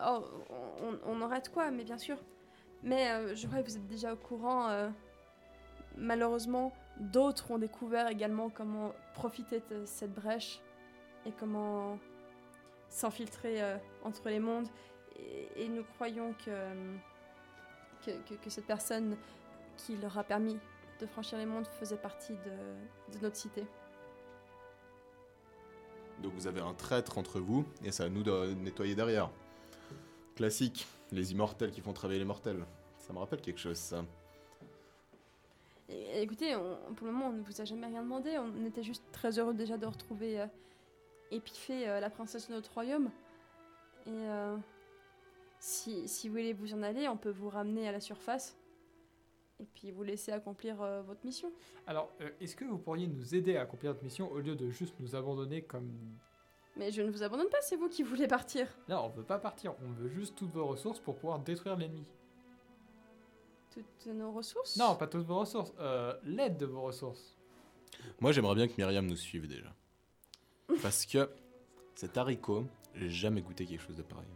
A: Oh, on, on aura de quoi, mais bien sûr. Mais euh, je crois que vous êtes déjà au courant. euh, malheureusement, d'autres ont découvert également comment profiter de cette brèche et comment s'infiltrer euh, entre les mondes. Et, et nous croyons que, euh, que, que- que cette personne qui leur a permis de franchir les mondes faisait partie de, de notre cité.
D: Donc vous avez un traître entre vous, et c'est à nous de nettoyer derrière. Classique, les immortels qui font travailler les mortels. Ça me rappelle quelque chose, ça.
A: Et- Écoutez, on- pour le moment, on ne vous a jamais rien demandé. On était juste très heureux déjà de retrouver euh, Épiphée, euh, la princesse de notre royaume. Et euh, si, si vous voulez vous en aller, on peut vous ramener à la surface. Et puis vous laisser accomplir euh, votre mission.
E: Alors, euh, est-ce que vous pourriez nous aider à accomplir notre mission au lieu de juste nous abandonner comme...
A: Mais je ne vous abandonne pas, c'est vous qui voulez partir.
E: Là, on veut pas partir, on veut juste toutes vos ressources pour pouvoir détruire l'ennemi.
A: Toutes nos ressources
E: Non, pas toutes vos ressources, euh, l'aide de vos ressources.
D: Moi, j'aimerais bien que Myriam nous suive déjà. Parce que cet haricot, j'ai jamais goûté quelque chose de pareil.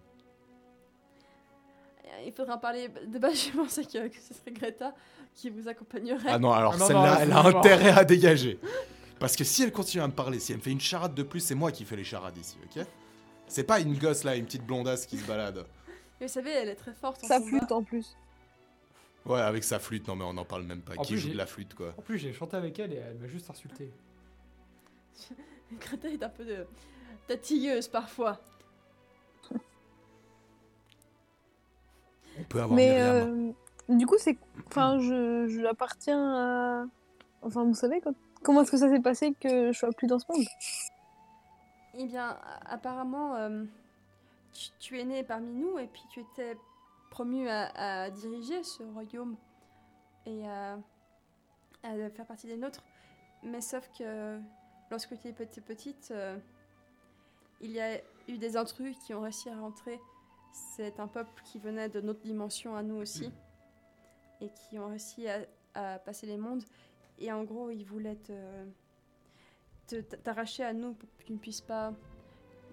A: Euh, Il faudra parler de base, je pensais que, que ce serait Greta qui vous accompagnerait.
D: Ah non, alors
E: Ah non, non,
D: celle-là, elle a
E: c'est mort.
D: intérêt à dégager. Parce que si elle continue à me parler, si elle me fait une charade de plus, c'est moi qui fais les charades ici, ok C'est pas une gosse là, une petite blondasse qui se balade.
A: Mais vous savez, elle est très forte en
C: Ça
A: combat.
C: flûte en plus.
D: Ouais, avec sa flûte, non mais on n'en parle même pas.
E: En
D: qui
E: plus,
D: joue de
E: j'ai-
D: la flûte quoi
E: En plus, j'ai chanté avec elle et elle m'a juste insulté.
A: Greta est un peu de... tatilleuse parfois.
D: On peut avoir
C: Mais
D: Myriam.
C: euh, du coup, c'est. Enfin, je, je appartiens à. Enfin, vous savez, quand- comment est-ce que ça s'est passé que je sois plus dans ce monde
A: Eh bien, a- apparemment, euh, tu, tu es né parmi nous et puis tu étais promu à, à diriger ce royaume et à, à faire partie des nôtres. Mais sauf que lorsque tu étais petite, euh, il y a eu des intrus qui ont réussi à rentrer. C'est un peuple qui venait de notre dimension à nous aussi et qui ont réussi à, à passer les mondes. Et en gros, ils voulaient te te- t'arracher à nous pour que tu ne puisses pas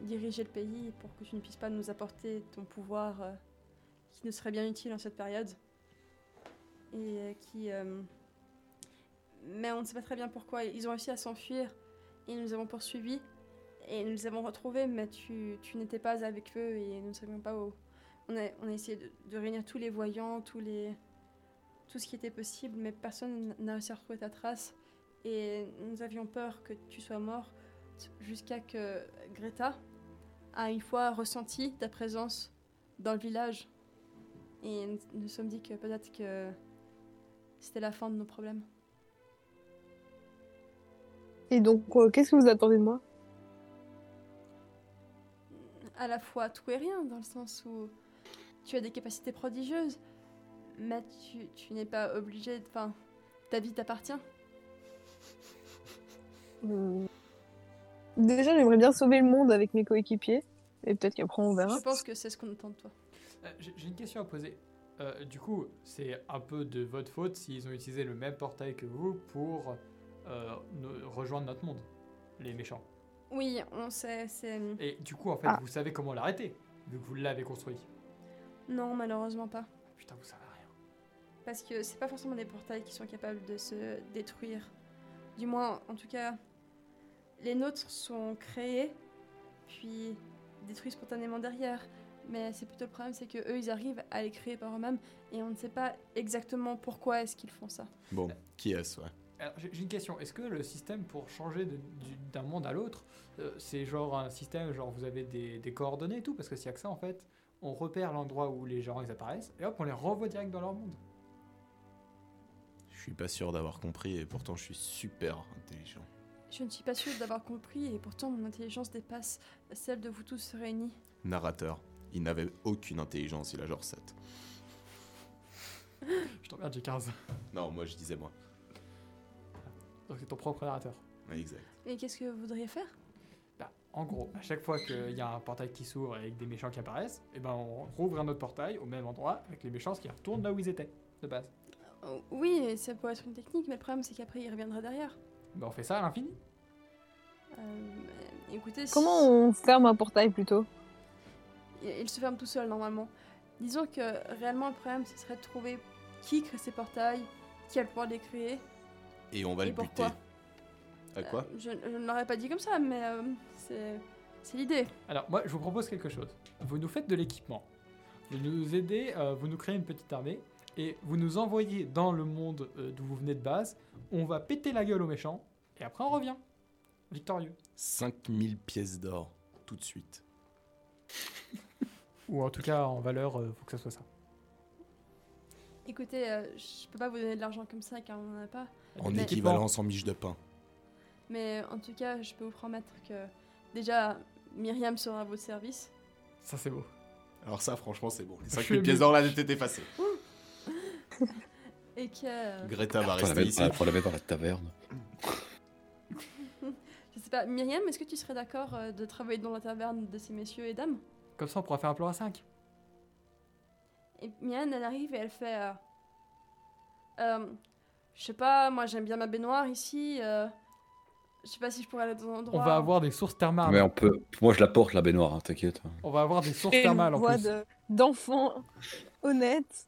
A: diriger le pays, pour que tu ne puisses pas nous apporter ton pouvoir euh, qui nous serait bien utile en cette période. Et euh, qui. euh, Mais on ne sait pas très bien pourquoi. Ils ont réussi à s'enfuir et nous les avons poursuivis et nous les avons retrouvés, mais tu, tu n'étais pas avec eux et nous ne savions pas où. On a, on a essayé de, de réunir tous les voyants, tous les, tout ce qui était possible, mais personne n'a réussi à retrouver ta trace. Et nous avions peur que tu sois mort jusqu'à que Greta a une fois ressenti ta présence dans le village. Et nous nous sommes dit que peut-être que c'était la fin de nos problèmes.
C: Et donc, euh, qu'est-ce que vous attendez de moi
A: À la fois tout et rien, dans le sens où tu as des capacités prodigieuses, mais tu, tu n'es pas obligé de... Enfin, ta vie t'appartient.
C: Hmm. Déjà, j'aimerais bien sauver le monde avec mes coéquipiers. Et peut-être qu'après, on verra.
A: Je pense que c'est ce qu'on attend de toi.
E: Euh, j'ai j'ai une question à poser. Euh, du coup, c'est un peu de votre faute s'ils ont utilisé le même portail que vous pour euh, nous- rejoindre notre monde, les méchants.
A: Oui, on sait, c'est...
E: Et du coup, en fait,
C: Ah.
E: vous savez comment l'arrêter, vu que vous l'avez construit.
A: Non, malheureusement pas.
E: Putain, vous savez rien.
A: Parce que c'est pas forcément des portails qui sont capables de se détruire. Du moins, en tout cas, les nôtres sont créés, puis détruits spontanément derrière. Mais c'est plutôt le problème, c'est que eux, ils arrivent à les créer par eux-mêmes, et on ne sait pas exactement pourquoi est-ce qu'ils font ça.
D: Bon, qui est-ce ouais
E: Alors, j'ai j'ai une question. Est-ce que le système pour changer de- du- d'un monde à l'autre, euh, c'est genre un système, genre vous avez des, des coordonnées et tout Parce que s'il y a que ça, en fait, on repère l'endroit où les gens ils apparaissent, et hop, on les renvoie direct dans leur monde.
D: Je suis pas sûr d'avoir compris et pourtant je suis super intelligent.
A: Je ne suis pas sûre d'avoir compris et pourtant mon intelligence dépasse celle de vous tous réunis.
D: Narrateur, il n'avait aucune intelligence, il a genre 7.
E: Je t'emmerde, j'ai 15.
D: Non, moi je disais moi.
E: Donc c'est ton propre narrateur.
D: Ouais, Exact.
A: Et qu'est-ce que vous voudriez faire
E: Bah, en gros, à chaque fois qu'il y a un portail qui s'ouvre avec des méchants qui apparaissent, et ben on rouvre un autre portail au même endroit avec les méchants qui retournent là où ils étaient, de base.
A: Oh, Oui, ça pourrait être une technique, mais le problème c'est qu'après il reviendra derrière.
E: Bah, on fait ça à l'infini.
A: Euh, écoutez, si-
C: Comment on ferme un portail plutôt
A: il, il se ferme tout seul normalement. Disons que réellement le problème ce serait de trouver qui crée ces portails, qui a le pouvoir de les créer.
D: Et on va
A: Et
D: le buter.
A: pourquoi
D: À quoi
A: Euh, Je, je ne l'aurais pas dit comme ça, mais euh, c'est c'est l'idée.
E: Alors, moi, je vous propose quelque chose. Vous nous faites de l'équipement. Vous nous aidez, euh, vous nous créez une petite armée, et vous nous envoyez dans le monde euh, d'où vous venez de base. On va péter la gueule aux méchants, et après on revient. Victorieux.
D: 5000 pièces d'or, tout de suite.
E: Ou en tout cas, en valeur, euh, faut que ça soit ça.
A: Écoutez, euh, je peux pas vous donner de l'argent comme ça car on n'en a pas.
D: En
A: Mais-
D: équivalence en miche de pain.
A: Mais en tout cas, je peux vous promettre que déjà Myriam sera à votre service.
E: Ça, c'est beau.
D: Alors ça, franchement, c'est bon. Les
E: Je suis
D: 5000 pièces
E: ému.
D: d'or là, j'étais effacé.
A: Et que. euh,
D: Greta va
B: Faut la
D: rester
B: mettre-
D: ici.
B: faut la mettre dans la taverne.
A: Je sais pas, Myriam, est-ce que tu serais d'accord euh, de travailler dans la taverne de ces messieurs et dames
E: Comme ça, on pourra faire un plan à 5.
A: Et Myriam, elle arrive et elle fait. euh, Euh, je sais pas, moi j'aime bien ma baignoire ici. euh, je sais pas si je pourrais aller dans un endroit.
E: On va avoir des sources thermales.
B: Mais on peut. Moi, je la porte la baignoire, hein, t'inquiète.
E: On va avoir des sources
C: Et une
E: thermales en
C: voix
E: plus.
C: de- d'enfant honnête.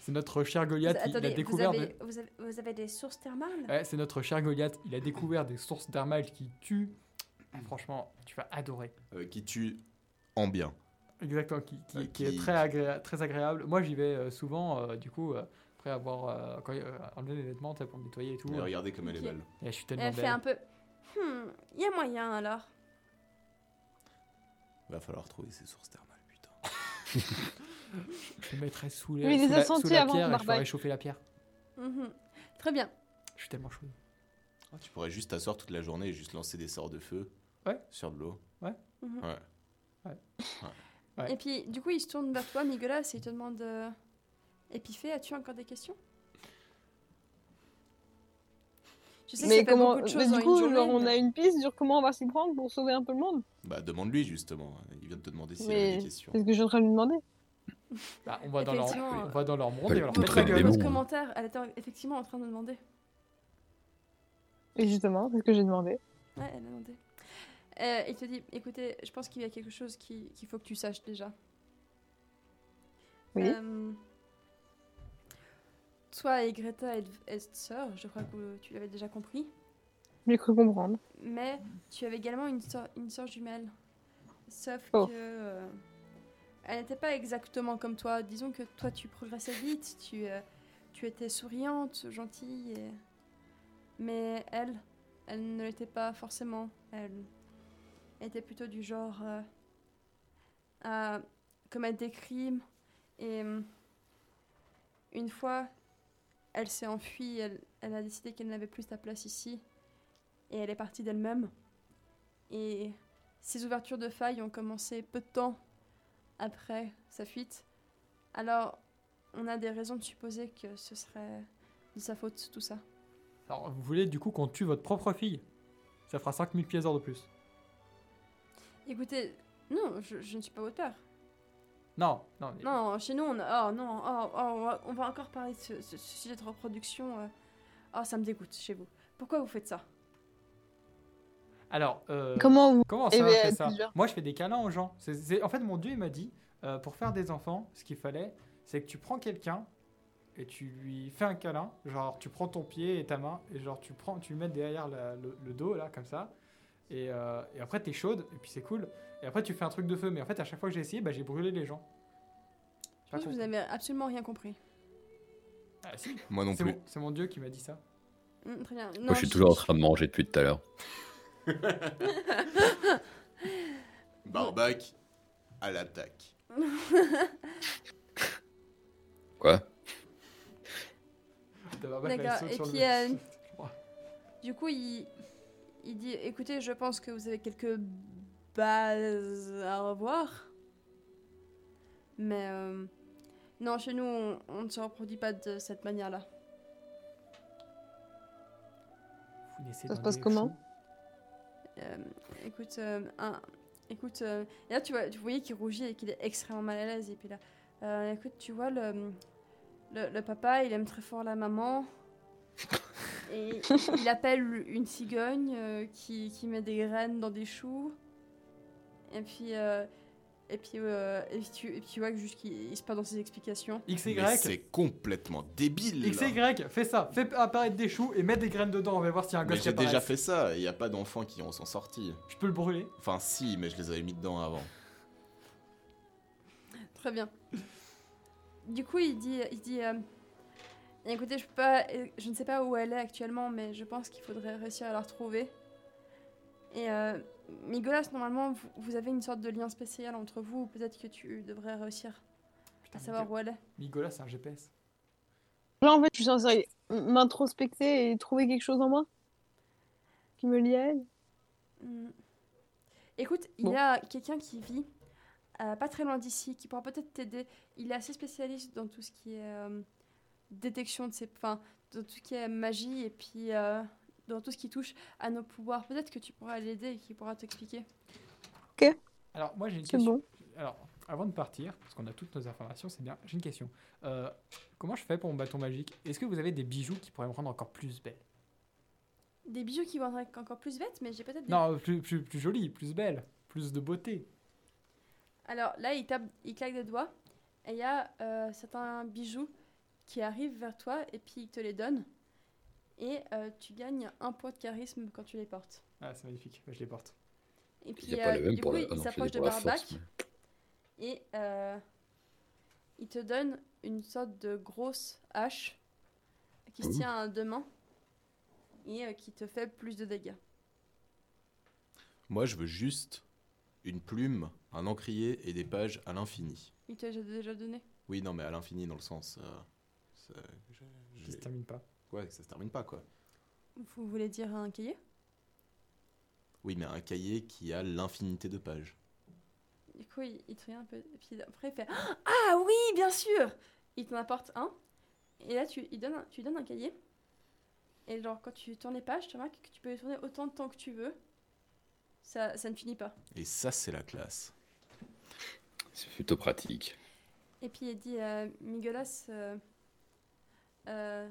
E: C'est notre cher
A: Vous-
E: Goliath, il a
A: attendez, vous
E: découvert.
A: avez,
E: des-
A: vous, avez, vous avez des sources thermales
E: Ouais, c'est notre cher Goliath, il a découvert des sources thermales qui tuent. Ah, Franchement, tu vas adorer.
D: Euh, qui tue en bien.
E: Exactement, qui, qui-
D: Euh,
E: qui est
D: qui-
E: très, agréa- très agréable. Moi, j'y vais euh, souvent, euh, du coup, euh, après avoir euh, quand- euh, enlevé mes vêtements tu sais, pour me nettoyer et tout. euh,
D: Mais regardez comme elle est
A: Ok.
D: belle.
E: Et je suis tellement
A: Elle fait
E: belle.
A: un peu. Hmm, il y a moyen alors.
D: Va falloir trouver ses sources thermales, putain.
E: Je me mettrais sous, les,
C: Oui, il
E: sous
C: les a
E: la,
C: sentis
E: sous la
C: avant,
E: pierre et je
C: Barbac.
E: ferais chauffer la pierre.
A: Mhm. Très bien.
E: Je suis tellement chaud.
D: Ah, tu pourrais juste t'asseoir toute la journée et juste lancer des sorts de feu
E: Ouais.
D: sur de l'eau.
A: Mhm.
D: Ouais.
E: Ouais.
A: Et puis, du coup, il se tourne vers toi, Nicolas, et il te demande euh, Épifée, as-tu encore des questions Je sais que ça
C: Mais
A: fait
C: comment
A: beaucoup de
C: mais
A: choses
C: du
A: en
C: coup,
A: une journée,
C: genre, on
A: mais-
C: a une piste sur comment on va s'y prendre pour sauver un peu le monde.
D: Bah demande-lui justement. Il vient de te demander s'il
C: Mais-
D: avait des questions.
C: C'est ce que je suis en train de lui demander.
E: Bah, on, va dans leur,
A: Effectivement,
E: on va dans leur monde et on va leur
A: Votre-
E: mettre la
B: Très
A: votre
E: gueule.
B: démon.
A: commentaire, elle était effectivement en train de demander.
C: Et justement, c'est ce que j'ai demandé.
A: Ouais, elle a demandé. Euh, il te dit Écoutez, je pense qu'il y a quelque chose qui- qu'il faut que tu saches déjà.
C: Oui.
A: Euh, toi et Greta êtes, êtes sœurs, je crois que tu l'avais déjà compris.
C: J'ai cru comprendre.
A: Mais tu avais également une soeur, une sœur jumelle. Sauf
C: Oh.
A: que. euh, elle n'était pas exactement comme toi. Disons que toi, tu progressais vite, tu, euh, tu étais souriante, gentille. et- Mais elle, elle ne l'était pas forcément. Elle était plutôt du genre euh, à commettre des crimes. Et euh, une fois, elle s'est enfuie, elle, elle a décidé qu'elle n'avait plus sa place ici et elle est partie d'elle-même. Et ces ouvertures de failles ont commencé peu de temps après sa fuite. Alors, on a des raisons de supposer que ce serait de sa faute tout ça.
E: Alors, vous voulez du coup qu'on tue votre propre fille Ça fera 5000 pièces d'or de plus.
A: Écoutez, non, je, je ne suis pas votre père.
E: Non, non. mais-
A: Non, chez nous, on a- Oh non, oh, oh, on va- on va encore parler de ce, ce- ce sujet de reproduction. euh. Oh, ça me dégoûte chez vous. Pourquoi vous faites ça
E: Alors, euh,
C: Comment vous
E: Comment ça,
C: Eh
E: on
C: ben,
E: fait ça
C: plusieurs.
E: Moi, je fais des câlins aux gens. C'est- c'est- En fait, mon Dieu, il m'a dit, euh, pour faire des enfants, ce qu'il fallait, c'est que tu prends quelqu'un et tu lui fais un câlin. Genre, tu prends ton pied et ta main et genre, tu, prends, tu le mets derrière la- le, le dos, là, comme ça. Et, euh, et après, t'es chaude et puis c'est cool. Et après, tu fais un truc de feu. Mais en fait, à chaque fois que j'ai essayé, bah, j'ai brûlé les gens.
A: Je pense que vous n'avez absolument rien compris.
E: Ah, si.
D: Moi non
E: C'est
D: plus.
E: mon, c'est mon Dieu qui m'a dit ça.
A: Hum, très bien.
B: Moi, je suis toujours en train de manger depuis tout à l'heure.
D: Barbac à l'attaque.
B: Quoi
A: D'accord, et puis, euh, Du coup, il, il dit Écoutez, je pense que vous avez quelques bases à revoir. Mais euh, non, chez nous, on, on ne se reproduit pas de cette manière-là.
C: Ça se passe comment
A: Euh, écoute, euh, un- écoute euh, et là, tu, vois, tu voyais qu'il rougit et qu'il est extrêmement mal à l'aise. Et puis là, euh, écoute, tu vois, le, le, le papa, il aime très fort la maman. Et il appelle une cigogne euh, qui, qui met des graines dans des choux. Et puis, euh, et puis, euh, et puis tu, et puis tu vois que juste qu'il il se perd dans ses explications.
E: XY,
D: Mais c'est complètement débile. là.
E: XY, fais ça, fais apparaître des choux et mets des graines dedans, on va voir s'il y a un
D: Mais
E: gosse qui
D: j'ai déjà
E: apparaît.
D: fait ça, il n'y a pas d'enfants qui en sont sortis.
E: Je peux le brûler.
D: Enfin, si, mais je les avais mis dedans avant.
A: Très bien. Du coup, il dit, il dit euh, écoutez, je, peux pas, je ne sais pas où elle est actuellement, mais je pense qu'il faudrait réussir à la retrouver. Et euh, Migolas, normalement, vous, vous avez une sorte de lien spécial entre vous, peut-être que tu devrais réussir
E: Putain,
A: à savoir où elle est.
E: Migola, c'est un GPS.
C: Là, en fait, je suis censée aller m- m'introspecter et trouver quelque chose en moi qui me lie à elle.
A: Hmm. Écoute, il
C: Bon.
A: y a quelqu'un qui vit euh, pas très loin d'ici, qui pourra peut-être t'aider. Il est assez spécialiste dans tout ce qui est euh, détection de ses... Enfin, dans tout ce qui est magie et puis euh, dans tout ce qui touche à nos pouvoirs. Peut-être que tu pourras l'aider et qu'il pourra t'expliquer.
E: Alors, moi, j'ai une
C: C'est
E: question.
C: bon.
E: Alors, avant de partir, parce qu'on a toutes nos informations, c'est bien, j'ai une question. Euh, comment je fais pour mon bâton magique Est-ce que vous avez des bijoux qui pourraient me rendre encore plus belle
A: Des bijoux qui vont être encore plus bêtes, mais j'ai peut-être... des-
E: Non, plus, plus, plus jolie, plus belle, plus de beauté.
A: Alors là, il, tape, il claque des doigts et il y a euh, certains bijoux qui arrivent vers toi et puis il te les donne. Et euh, tu gagnes un point de charisme quand tu les portes.
E: Ah, c'est magnifique, je les porte.
A: Et puis,
B: Il n'y a pas
A: euh,
B: le même
A: du
B: pour
A: coup,
B: le. Ah
A: il
B: non, je l'ai
A: s'approche de
B: pour la force,
A: Barbac et euh, il te donne une sorte de grosse hache qui se
B: Ouh.
A: tient à deux mains et euh, qui te fait plus de dégâts.
D: Moi, je veux juste une plume, un encrier et des pages à l'infini.
A: Il te l'a déjà donné.
D: Oui, non, mais à l'infini dans le sens. euh, ça- je- je-
E: Qui se termine pas.
D: Ouais, ça se termine pas, quoi.
A: Vous voulez dire un cahier
D: Oui, mais un cahier qui a l'infinité de pages.
A: Du coup, il, il te regarde un peu. et puis après, il fait Ah oui, bien sûr Il t'en apporte un. Et là, tu, il donne un- tu lui donnes un cahier. Et genre, quand tu tournes les pages, tu remarques que tu peux les tourner autant de temps que tu veux. Ça, ça ne finit pas.
D: Et ça, c'est la classe.
B: C'est plutôt pratique.
A: Et puis il dit à Migolas, euh, euh,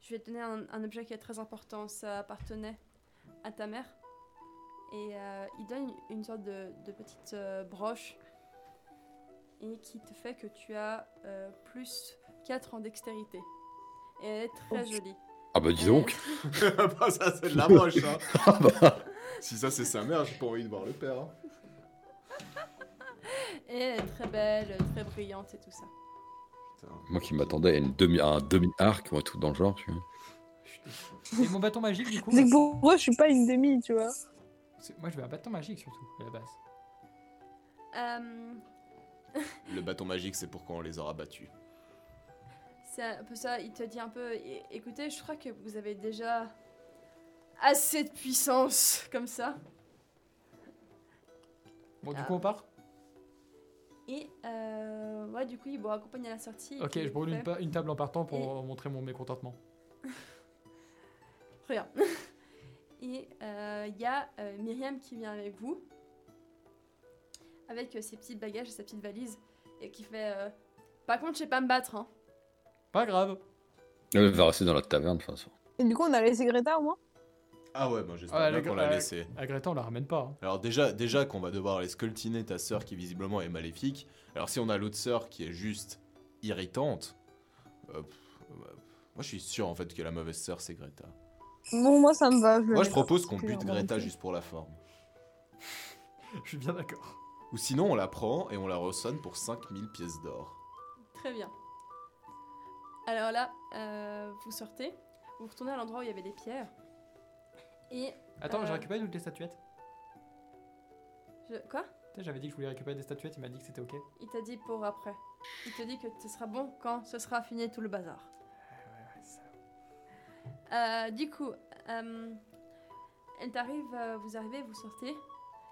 A: je vais te donner un, un objet qui est très important, ça appartenait à ta mère. Et euh, il donne une, une sorte de, de petite euh, broche et qui te fait que tu as euh, plus 4 en dextérité. Et elle est très jolie.
B: Ah bah dis
A: Elle est-
B: donc
D: bah, ça, c'est de la broche, hein. si ça, c'est sa mère, j'ai pas envie de voir le père. hein.
A: Et elle est très belle, très brillante et tout ça.
D: Putain.
B: Moi qui m'attendais à, une demi, à un demi-arc ou un truc dans le genre, tu vois.
E: Et mon bâton magique, du coup
C: C'est que pour eux, je suis pas une demi, tu vois.
E: c'est- Moi, je veux un bâton magique, surtout, à la base.
A: Euh,
D: Le bâton magique, c'est pourquoi on les aura battus.
A: C'est un peu ça, il te dit un peu, é- écoutez, je crois que vous avez déjà assez de puissance comme ça.
E: Bon, du
A: Ah.
E: coup, on part
A: Et euh, ouais, du coup, ils vont accompagner à la sortie. et
E: Ok,
A: puis
E: je brûle
A: il
E: une,
A: fait-
E: pa- une table en partant pour montrer mon mécontentement.
A: Très bien. Et euh, il y a euh, Myriam qui vient avec vous, avec euh, ses petits bagages et sa petite valise, et qui fait, euh, par contre, je sais pas me battre. Hein.
E: Pas grave
B: Elle va rester dans la taverne, de toute façon.
C: Et du coup, on a laissé Greta au moins
D: Ah ouais, bah, j'espère
E: Ah,
D: bien
E: le-
D: qu'on l'a
E: euh,
D: laissé.
E: À Greta, on la ramène pas. hein.
D: Alors déjà, déjà qu'on va devoir aller scoltiner ta sœur qui visiblement est maléfique. Alors si on a l'autre sœur qui est juste irritante, euh, pff, euh, bah, pff, moi je suis sûr en fait que la mauvaise sœur c'est Greta.
C: Bon, moi, ça me va.
D: Moi je
C: le-
D: propose qu'on bute
C: particulièrement
D: Greta
C: aussi.
D: juste pour la forme.
E: Je suis bien d'accord.
D: Ou sinon on la prend et on la ressonne pour 5000 pièces d'or.
A: Très bien. Alors là, euh, vous sortez, vous retournez à l'endroit où il y avait des pierres, et
E: Attends,
A: Euh.
E: j'ai récupéré toutes les statuettes.
A: je... quoi
E: Tu sais, J'avais dit que je voulais récupérer des statuettes, il m'a dit que c'était ok.
A: Il t'a dit pour après. Il te dit que ce sera bon quand ce sera fini tout le bazar. Euh, du coup, euh, elle t'arrive, euh, vous arrivez, vous sortez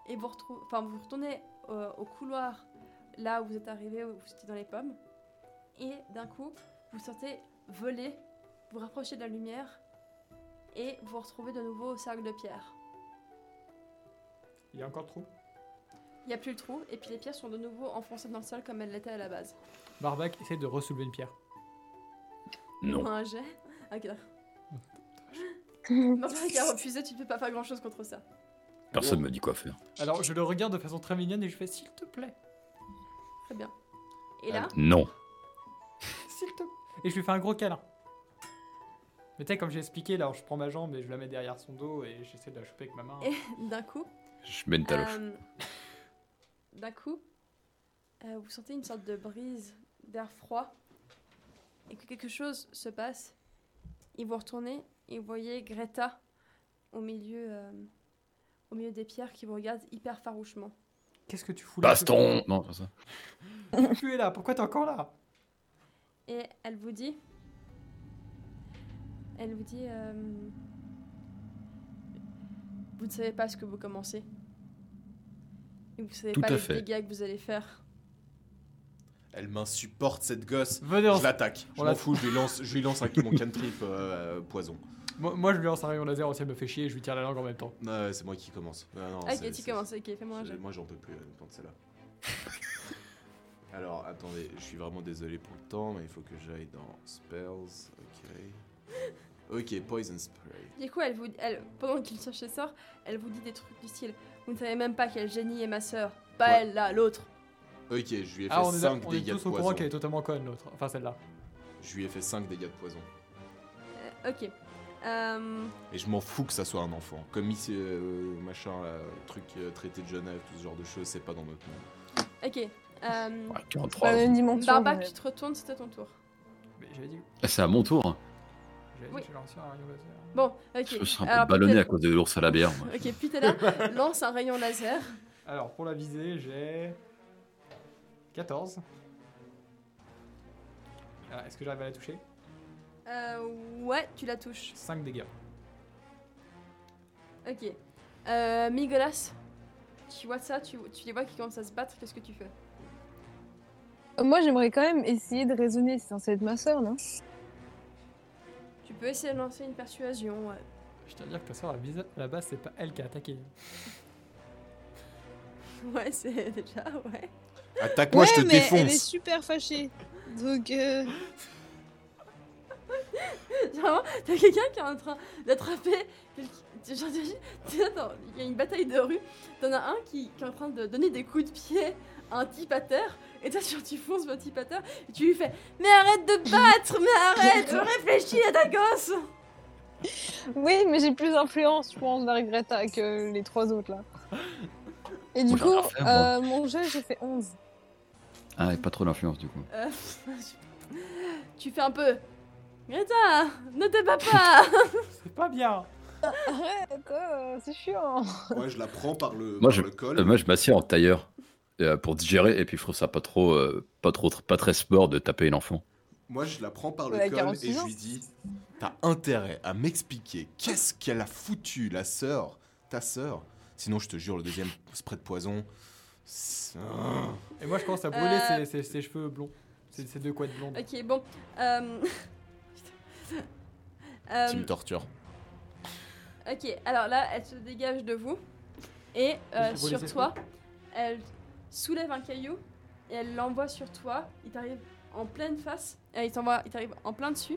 A: et vous, retrou- enfin, vous retournez euh, au couloir là où vous êtes arrivé, où vous étiez dans les pommes. Et d'un coup, vous sortez voler, vous rapprochez de la lumière et vous retrouvez de nouveau au cercle de pierre.
E: Il y a encore trop.
A: Il n'y a plus le trou et puis les pierres sont de nouveau enfoncées dans le sol comme elles l'étaient à la base.
E: Barbac essaie de ressoulever une pierre.
B: Non.
A: Pour un jet. Ok. Non, parce qu'il a refusé, tu ne peux pas faire grand chose contre ça.
B: Personne me dit quoi faire.
E: Alors je le regarde de façon très mignonne et je fais s'il te plaît,
A: Très bien. Et là,
B: Non.
E: s'il te Et je lui fais un gros câlin. Mais tu sais, comme j'ai expliqué, là, je prends ma jambe et je la mets derrière son dos et j'essaie de la choper avec ma main.
A: Et- d'un coup,
B: Je mets une taloche.
A: euh, d'un coup, euh, vous sentez une sorte de brise d'air froid et que quelque chose se passe. Et vous retournez et vous voyez Greta au milieu, euh, au milieu des pierres qui vous regarde hyper farouchement.
E: Qu'est-ce que tu fous là
B: Baston Non, pas ça.
E: Pourquoi Tu es là, pourquoi t'es encore là
A: Et elle vous dit. Elle vous dit. euh, vous ne savez pas ce que vous commencez. Et vous ne savez
B: Tout
A: pas
B: à
A: les
B: fait.
A: dégâts que vous allez faire.
D: Elle m'insupporte cette gosse.
E: Venez, on...
D: Je l'attaque. Je
E: on
D: m'en
E: la-
D: fous, je lui lance, je lui lance un, mon cantrip euh, poison.
E: moi, moi, je lui lance un rayon laser aussi, elle me fait chier et je lui tire la langue en même temps.
D: Ah ouais, c'est moi qui commence. Ah non, c'est-
A: ok, tu
D: c'est-
A: commences, ok, fais-moi un
D: c'est-
A: jeu.
D: Moi j'en peux plus euh, quand c'est là. Alors attendez, je suis vraiment désolé pour le temps, mais il faut que j'aille dans spells. Ok. Ok, poison spray.
A: Du coup, elle vous, elle, pendant qu'il cherche ses sorts, elle vous dit des trucs du style Vous ne savez même pas quel génie est ma sœur. Pas
D: Ouais.
A: elle, là, l'autre.
D: Ok, je lui ai fait
E: Ah, on est,
D: 5
E: on est
D: dégâts de
E: tous au courant
D: poison.
E: qu'elle est totalement conne, l'autre. Enfin, celle-là.
D: Je lui ai fait 5 dégâts de poison.
A: Euh, ok. Euh,
D: Et je m'en fous que ça soit un enfant. Comme ici, euh, machin, là, truc euh, traité de Genève, tout ce genre de choses, c'est pas dans notre monde.
A: ok. Euh,
B: Ouais,
C: Pas
B: 43.
C: la même dimension.
A: Barbac,
C: mais-
A: tu te retournes, c'est à ton tour.
E: Mais j'avais dit,
B: Ah, C'est à mon tour.
E: j'avais
A: Oui.
E: dit que je lançais un rayon laser.
A: Bon,
B: Je
A: ok.
B: me sens un
A: Alors,
B: peu ballonné
A: Peter-
B: à cause de l'ours à la bière. moi.
A: Ok, Pitella lance un rayon laser.
E: Alors, pour la visée, j'ai. 14. Ah, Est-ce que j'arrive à la toucher
A: Euh, ouais, tu la touches.
E: 5 dégâts.
A: Ok. Euh, Migolas, tu vois ça, tu, tu les vois qui commencent à se battre, qu'est-ce que tu fais
C: Euh, Moi, j'aimerais quand même essayer de raisonner. C'est censé être ma sœur, non
A: Tu peux essayer de lancer une persuasion. ouais.
E: Je tiens à dire que ta soeur, à la visa- à la base, c'est pas elle qui a attaqué.
A: Ouais, c'est déjà, ouais.
D: Attaque-moi, je te
C: mais elle est
D: défonce
C: super fâchée. Donc, euh,
A: Genre, t'as quelqu'un qui est en train d'attraper. quelqu'un- Genre, t'imagines- attends, il y a une bataille de rue, t'en as un qui, qui est en train de donner des coups de pied à un type à terre, et toi, genre, tu fonces sur le type à terre, et tu lui fais Mais arrête de te battre, mais arrête, réfléchis à ta gosse
C: oui, mais j'ai plus d'influence, je pense, vers Greta que les trois autres là. Et du
B: Moi, j'ai
C: coup,
B: rien à faire, moi.
C: euh, mon jeu, j'ai fait 11.
B: Ah, et pas trop d'influence du coup.
A: Euh, tu fais un peu. Greta, ne te bats pas
E: C'est pas bien
C: Arrête, euh, c'est chiant.
D: Moi, je la prends par le,
B: Moi,
D: par
B: je-
D: le col.
B: Euh, moi, je m'assieds en tailleur euh, pour digérer, et puis je trouve ça pas trop, euh, pas trop, pas très sport de taper une enfant.
D: Moi, je la prends par le
C: Ouais, à
D: col
C: 46
D: et je
C: ans.
D: lui dis T'as intérêt à m'expliquer qu'est-ce qu'elle a foutu, la sœur, ta sœur. Sinon, je te jure, le deuxième spray de poison. c'est- Ah.
E: Et moi, je commence à brûler
A: Euh.
E: ses, ses- ses cheveux blonds. Ses, ses deux couettes blondes.
A: Ok, bon. Euh... putain. Euh,
D: C'est une torture.
A: ok, alors là, elle se dégage de vous. Et euh,
E: Je vais vous
A: sur
E: laisser
A: toi, elle soulève un caillou et elle l'envoie sur toi. Il t'arrive en pleine face. euh, il t'envoie- il t'arrive en plein dessus.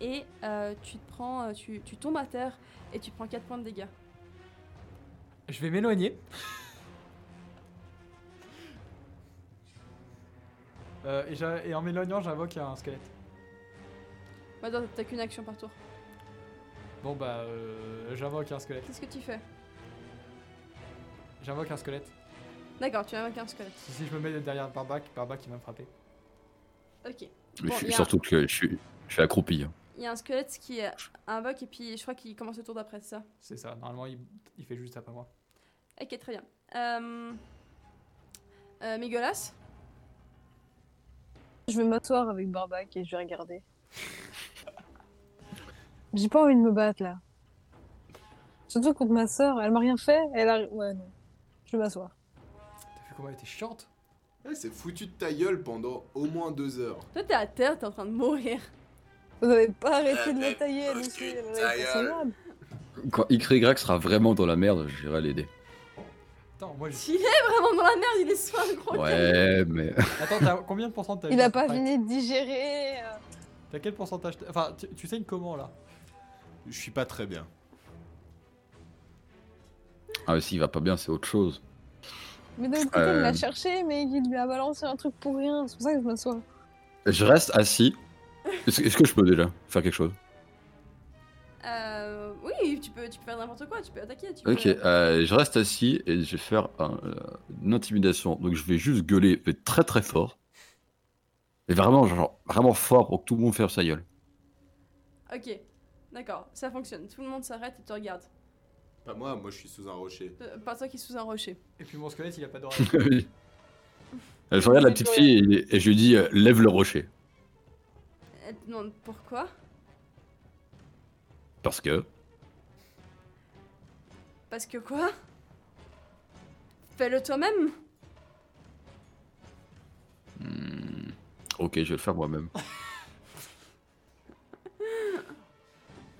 A: Et euh, tu te prends, euh, tu, tu tombes à terre et tu prends 4 points de dégâts.
E: Je vais m'éloigner. Euh, et, j'a- et en m'éloignant, j'invoque un squelette.
A: Bah, attends, t'as qu'une action par tour.
E: Bon, bah, euh, j'invoque un squelette.
A: Qu'est-ce que tu fais
E: J'invoque un squelette.
A: D'accord, tu as un squelette.
E: Si, si je me mets derrière Barbac, Barbac, il va me frapper.
A: Ok.
B: Mais
A: Bon,
B: je suis-
A: il y a-
B: surtout que je suis, je suis accroupi. hein.
A: Il y a un squelette qui euh, invoque et puis je crois qu'il commence le tour d'après c'est ça.
E: C'est ça, normalement, il, il fait juste ça, pas moi.
A: Ok, très bien. Euh, Euh, Mégolas
C: Je vais m'asseoir avec Barbac et je vais regarder. J'ai pas envie de me battre là. Surtout contre ma sœur, elle m'a rien fait. Elle a... Ouais, non. Je vais m'asseoir.
E: T'as vu comment elle était chiante
D: Elle s'est foutue de ta gueule pendant au moins deux heures.
A: Toi, t'es à terre, t'es en train de mourir.
C: Vous avez pas arrêté de la
B: mais
C: tailler, elle
B: foutu
C: aussi.
B: de
C: Elle
B: ta
C: est
B: gueule.
C: inconsolable.
B: Quand YY sera vraiment dans la merde, j'irai l'aider.
E: Attends, moi, je-
A: Il est vraiment dans la merde, il est soit un gros camion.
B: Ouais, mais.
E: Attends, t'as combien de pourcentage
C: Il
E: là,
C: a pas
E: Spike
C: fini de digérer. euh.
E: T'as quel pourcentage Enfin, tu, tu saignes comment là
D: Je suis pas très bien.
B: Ah, mais s'il va pas bien, c'est autre chose.
C: Mais d'un autre côté, il
B: Euh.
C: l'a cherché, mais il lui a balancé un truc pour rien. C'est pour ça que je m'assois.
B: Je reste assis. Est-ce est-ce que je peux déjà faire quelque chose
A: Euh, oui, tu peux, tu peux faire n'importe quoi, tu peux attaquer. Tu
B: Ok,
A: peux...
B: euh, je reste assis et je vais faire un, euh, une intimidation. Donc je vais juste gueuler, mais très très fort. Et vraiment, genre, vraiment fort pour que tout le monde ferme sa gueule.
A: Ok, d'accord, ça fonctionne. Tout le monde s'arrête et te regarde.
D: Pas moi, moi je suis sous un rocher.
A: Euh, Pas toi qui es sous un rocher.
E: Et puis mon squelette, il a pas d'oreille.
B: Oui. Euh, Je regarde la petite fille et, et je lui dis euh, lève le rocher.
A: Elle te demande pourquoi
B: Parce que.
A: Parce que quoi Fais-le toi-même
B: Hmm, ok, je vais le faire moi-même.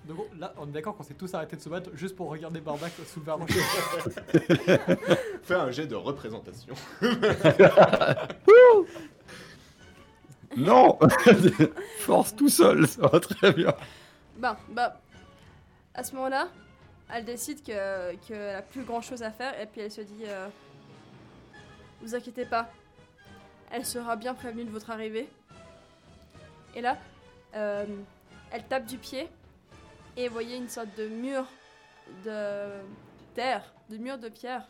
E: Donc on- là, on est d'accord qu'on s'est tous arrêtés de se battre juste pour regarder Barbac soulever un rocher.
D: Fais un jet de représentation.
B: Non Force tout seul, ça va très bien.
A: Bah, bah, à ce moment-là, elle décide que qu'elle a plus grand chose à faire et puis elle se dit euh, Vous inquiétez pas, elle sera bien prévenue de votre arrivée. Et là, euh, elle tape du pied et vous voyez une sorte de mur de terre, de mur de pierre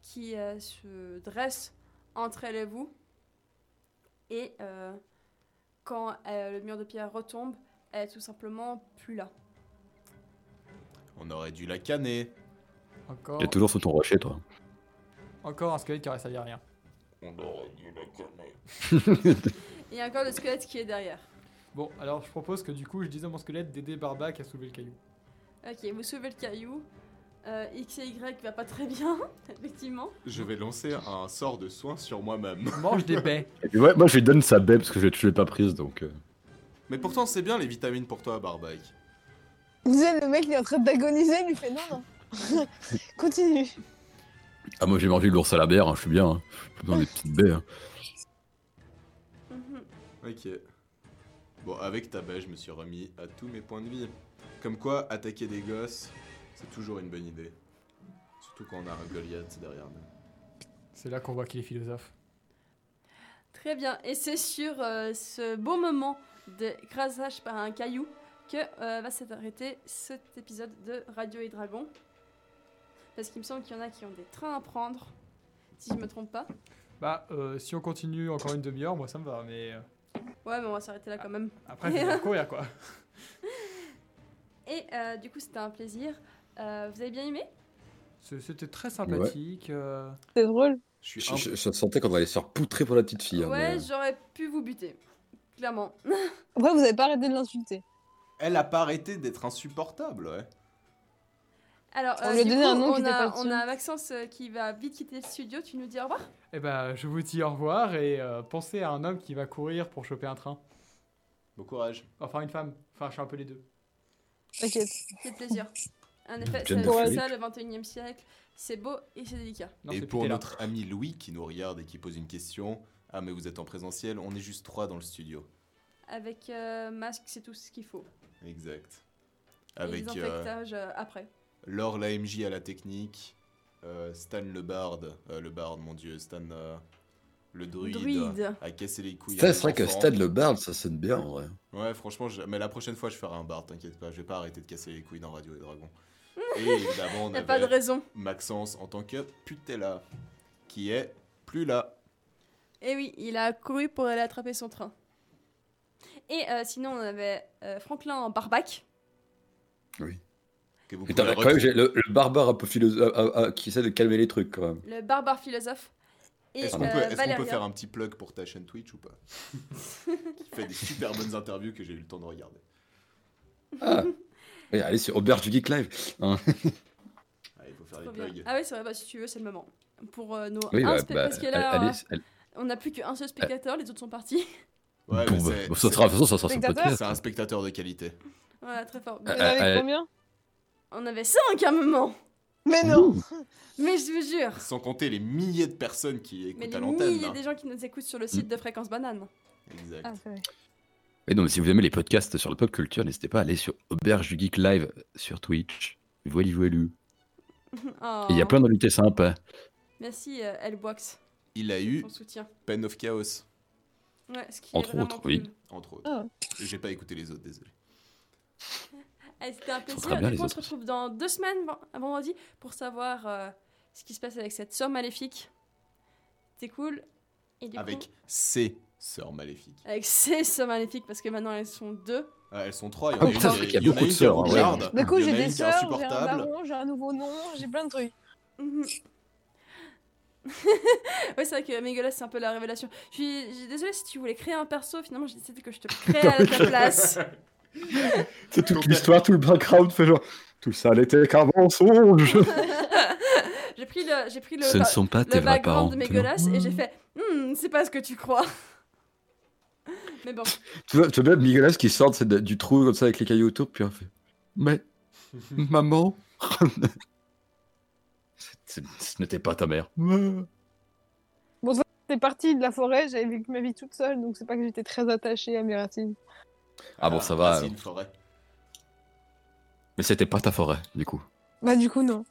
A: qui euh, se dresse entre elle et vous. Et euh, quand euh, le mur de pierre retombe, elle est tout simplement plus là.
D: On aurait dû la canner.
E: Encore,
B: T'es toujours sous ton rocher, toi.
E: encore un squelette qui aurait servi à rien.
D: On aurait dû la canner.
A: Il y a encore le squelette qui est derrière.
E: Bon, alors je propose que du coup, je dise à mon squelette d'aider Barbac à soulever le caillou.
A: Ok, vous soulevez le caillou. Euh, X et Y va pas très bien, effectivement.
D: Je vais lancer un sort de soin sur moi-même.
E: Mange des baies.
B: Et puis, ouais, moi je lui donne sa baie parce que je l'ai- je l'ai pas prise donc. euh.
D: Mais pourtant, c'est bien les vitamines pour toi, Barbac.
C: Vous savez, le mec, il est en train d'agoniser. Il lui fait non, non. Continue.
B: Ah, moi j'ai mangé de l'ours à la bière, hein, je suis bien. hein. J'ai besoin des petites baies. hein.
A: Mhm.
D: Ok. Bon, avec ta baie, je me suis remis à tous mes points de vie. Comme quoi, attaquer des gosses, c'est toujours une bonne idée. Surtout quand on a un Goliath derrière nous.
E: C'est là qu'on voit qu'il est philosophe.
A: Très bien. Et c'est sur euh, ce beau moment de crasage par un caillou que euh, va s'arrêter cet épisode de Radio et Dragon. Parce qu'il me semble qu'il y en a qui ont des trains à prendre, si je me trompe pas.
E: Bah, euh, si on continue encore une demi-heure, moi ça me va, mais euh,
A: Ouais, mais on va s'arrêter là quand même.
E: après, je vais courir quoi.
A: Et euh, du coup, c'était un plaisir. Euh, vous avez bien aimé
E: C'est- C'était très sympathique. euh,
C: C'est drôle.
D: Je suis
B: Je,
D: un-
B: je- je sentais qu'on allait se faire poutrer pour la petite fille. hein,
A: Ouais,
B: mais-
A: j'aurais pu vous buter. Clairement.
C: Après, vous avez pas arrêté de l'insulter.
D: Elle a pas arrêté d'être insupportable, ouais.
A: Alors,
C: On
A: euh,
C: lui a
A: du
C: donné
A: coup,
C: un nom
A: on,
C: qui était
A: a,
C: pas le
A: on
C: sien.
A: a Maxence euh, qui va vite quitter le studio. Tu nous dis au revoir
E: Eh ben, je vous dis au revoir et euh, pensez à un homme qui va courir pour choper un train.
D: Bon courage.
E: Enfin, une femme. Enfin, je suis un peu les deux.
C: T'inquiète.
A: C'est plaisir. En effet, c'est
B: Jennifer
A: c'est
B: Lynch.
A: ça le 21 e siècle. C'est beau et c'est délicat.
E: Non,
D: et
E: c'est
D: pour
E: Pitella.
D: notre ami Louis qui nous regarde et qui pose une question. Ah, mais vous êtes en présentiel, on est juste trois dans le studio.
A: Avec euh, masque, c'est tout ce qu'il faut.
D: Exact.
A: et
D: Avec euh,
A: désinfectage euh, après.
D: Laure l'AMJ à la technique, euh, Stan le barde, euh, le barde, mon dieu, Stan euh, le druide,
A: Druide.
D: a cassé les couilles. à
B: Ça,
D: des
B: euh. c'est vrai que
D: enfants.
B: Stade le Bard, ça sonne bien en vrai.
D: Ouais, franchement, je- mais la prochaine fois, je ferai un barde, t'inquiète pas, je vais pas arrêter de casser les couilles dans Radio et Dragon. Et évidemment, on
A: Y'a pas de
D: avait
A: raison.
D: Maxence en tant que putella, qui est plus là.
A: Et Eh oui, il a couru pour aller attraper son train. Et euh, sinon, on avait euh, Franklin en barbac.
D: Que vous
B: Putain,
D: pouvez
B: quand même,
D: retrouver-
B: euh, j'ai le, le barbare un peu philosophe qui essaie de calmer les trucs quand même.
A: Le barbare philosophe. Et
D: Est-ce
A: euh,
D: qu'on peut, est-ce qu'on peut
A: Valeria.
D: faire un petit plug pour ta chaîne Twitch ou pas Qui fait des super bonnes interviews que j'ai eu le temps de regarder.
B: Et allez sur Auberge du Geek Live.
D: Allez, il faut faire
A: Trop
D: des
A: bien.
D: plugs.
A: Ah oui, c'est vrai, bah, si tu veux, c'est le moment. Pour euh, nos
B: Oui,
A: un
B: bah,
A: spect-
B: bah,
A: parce que là,
B: allez,
A: euh,
B: allez-
A: on n'a plus qu'un seul
B: Euh.
A: spectateur, les autres sont partis.
D: Ouais,
B: bon,
D: mais
B: bah,
D: c'est-
B: bon, ça sera, de toute façon, ça sera sur
C: Spectateur
B: podcast.
D: c'est un spectateur de qualité.
A: Voilà, très fort.
B: Ah,
C: Il y en
B: ah,
C: avait
B: euh,
C: combien
A: On avait cinq à un moment,
C: Mais non
A: mais je vous jure.
D: Sans compter les milliers de personnes qui
A: Mais
D: écoutent
A: les
D: à l'antenne.
A: milliers
D: hein.
A: des gens qui nous écoutent sur le
B: Mm.
A: site de Fréquence Banane.
D: Exact.
C: Ah, c'est vrai.
B: Et donc, si vous aimez les podcasts sur le pop culture, n'hésitez pas à aller sur Auberge du Geek Live sur Twitch. Voili, voilu.
A: Oh.
B: Et Il y a plein d'invités sympas.
A: Merci euh, Lbox,
D: Il a eu
A: pour son soutien.
D: Pen of Chaos,
A: Ouais, ce qui
B: Entre
A: est vraiment
B: autres,
A: cool.
B: oui.
D: entre autres.
C: Ah.
D: J'ai pas écouté les autres, désolé.
A: Eh, C'était un
B: très
A: plaisir.
B: bien,
A: Du
B: les
A: coup, on se
B: autres.
A: retrouve dans deux semaines, ven- à vendredi, pour savoir euh, ce qui se passe avec cette sœur maléfique. C'était cool. Et du
D: Avec
A: coup,
D: ses sœurs maléfiques.
A: avec ces sœurs maléfiques, parce que maintenant elles sont deux.
D: Ah, elles sont trois. Il y
B: Ah,
C: Oh,
D: en a une
B: putain, c'est vrai
D: qui-
B: qu'il y a
D: il y en
B: beaucoup de
D: une qui
B: sœurs, hein,
D: rougearde,
B: ouais.
C: Du coup,
D: il y en
C: j'ai
D: a une
C: des
D: qui est
C: sœurs, j'ai un
D: insupportable.
C: baron, j'ai un nouveau nom, j'ai plein de trucs.
A: Mhm. ouais, c'est vrai que Megalas, c'est un peu la révélation. Je suis je suis désolée si tu voulais créer un perso, finalement, j'ai décidé que je te le crée à ta place.
B: C'est
D: toute l'histoire,
B: tout le background. Fait genre, tout ça n'était qu'un mensonge.
A: J'ai pris le, j'ai pris le,
B: Ce ne sont pas
A: le
B: tes vrais parents.
A: background de
B: Clément.
A: Megalas et j'ai fait Hmm, c'est pas ce que tu crois. Mais bon,
B: Tu vois, tu vois même Nicolas qui sort de cette- du trou comme ça avec les cailloux autour, puis on fait Mais, maman C'est- Ce n'était pas ta mère.
C: C'est parti de la forêt, j'avais vécu ma vie toute seule, donc c'est pas que j'étais très attachée à mes racines.
B: Ah bon, ça va.
D: c'est une forêt.
B: Mais c'était pas ta forêt, du coup.
C: Bah du coup non.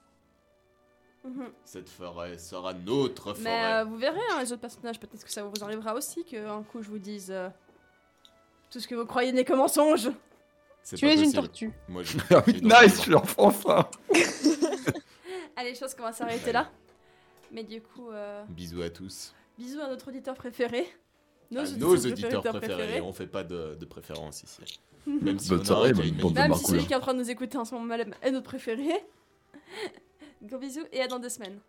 A: Mhm.
D: Cette forêt sera notre forêt.
A: mais euh, vous verrez hein, les autres personnages, peut-être que ça vous arrivera aussi qu'un coup je vous dise euh, tout ce que vous croyez n'est que mensonge.
D: C'est
C: Tu
D: pas
C: es une
D: possible.
C: tortue.
D: Moi, je-
B: Ah oui,
D: j'ai dans
B: nice, je hein. enfin
A: Allez, je pense qu'on va s'arrêter là. Mais du coup, euh,
D: Bisous à tous.
A: bisous à notre auditeur préféré.
D: À nos auditeurs préférés. On fait pas de, de préférence ici. Même si
B: Bonne
D: on a
B: soirée,
D: un qui a
B: bonne-
D: une
B: bonne-
D: magnifique-
A: Même
B: Marco,
A: si celui
B: là.
A: qui est en train de nous écouter en ce moment est notre préféré. Gros bisous et à dans deux semaines.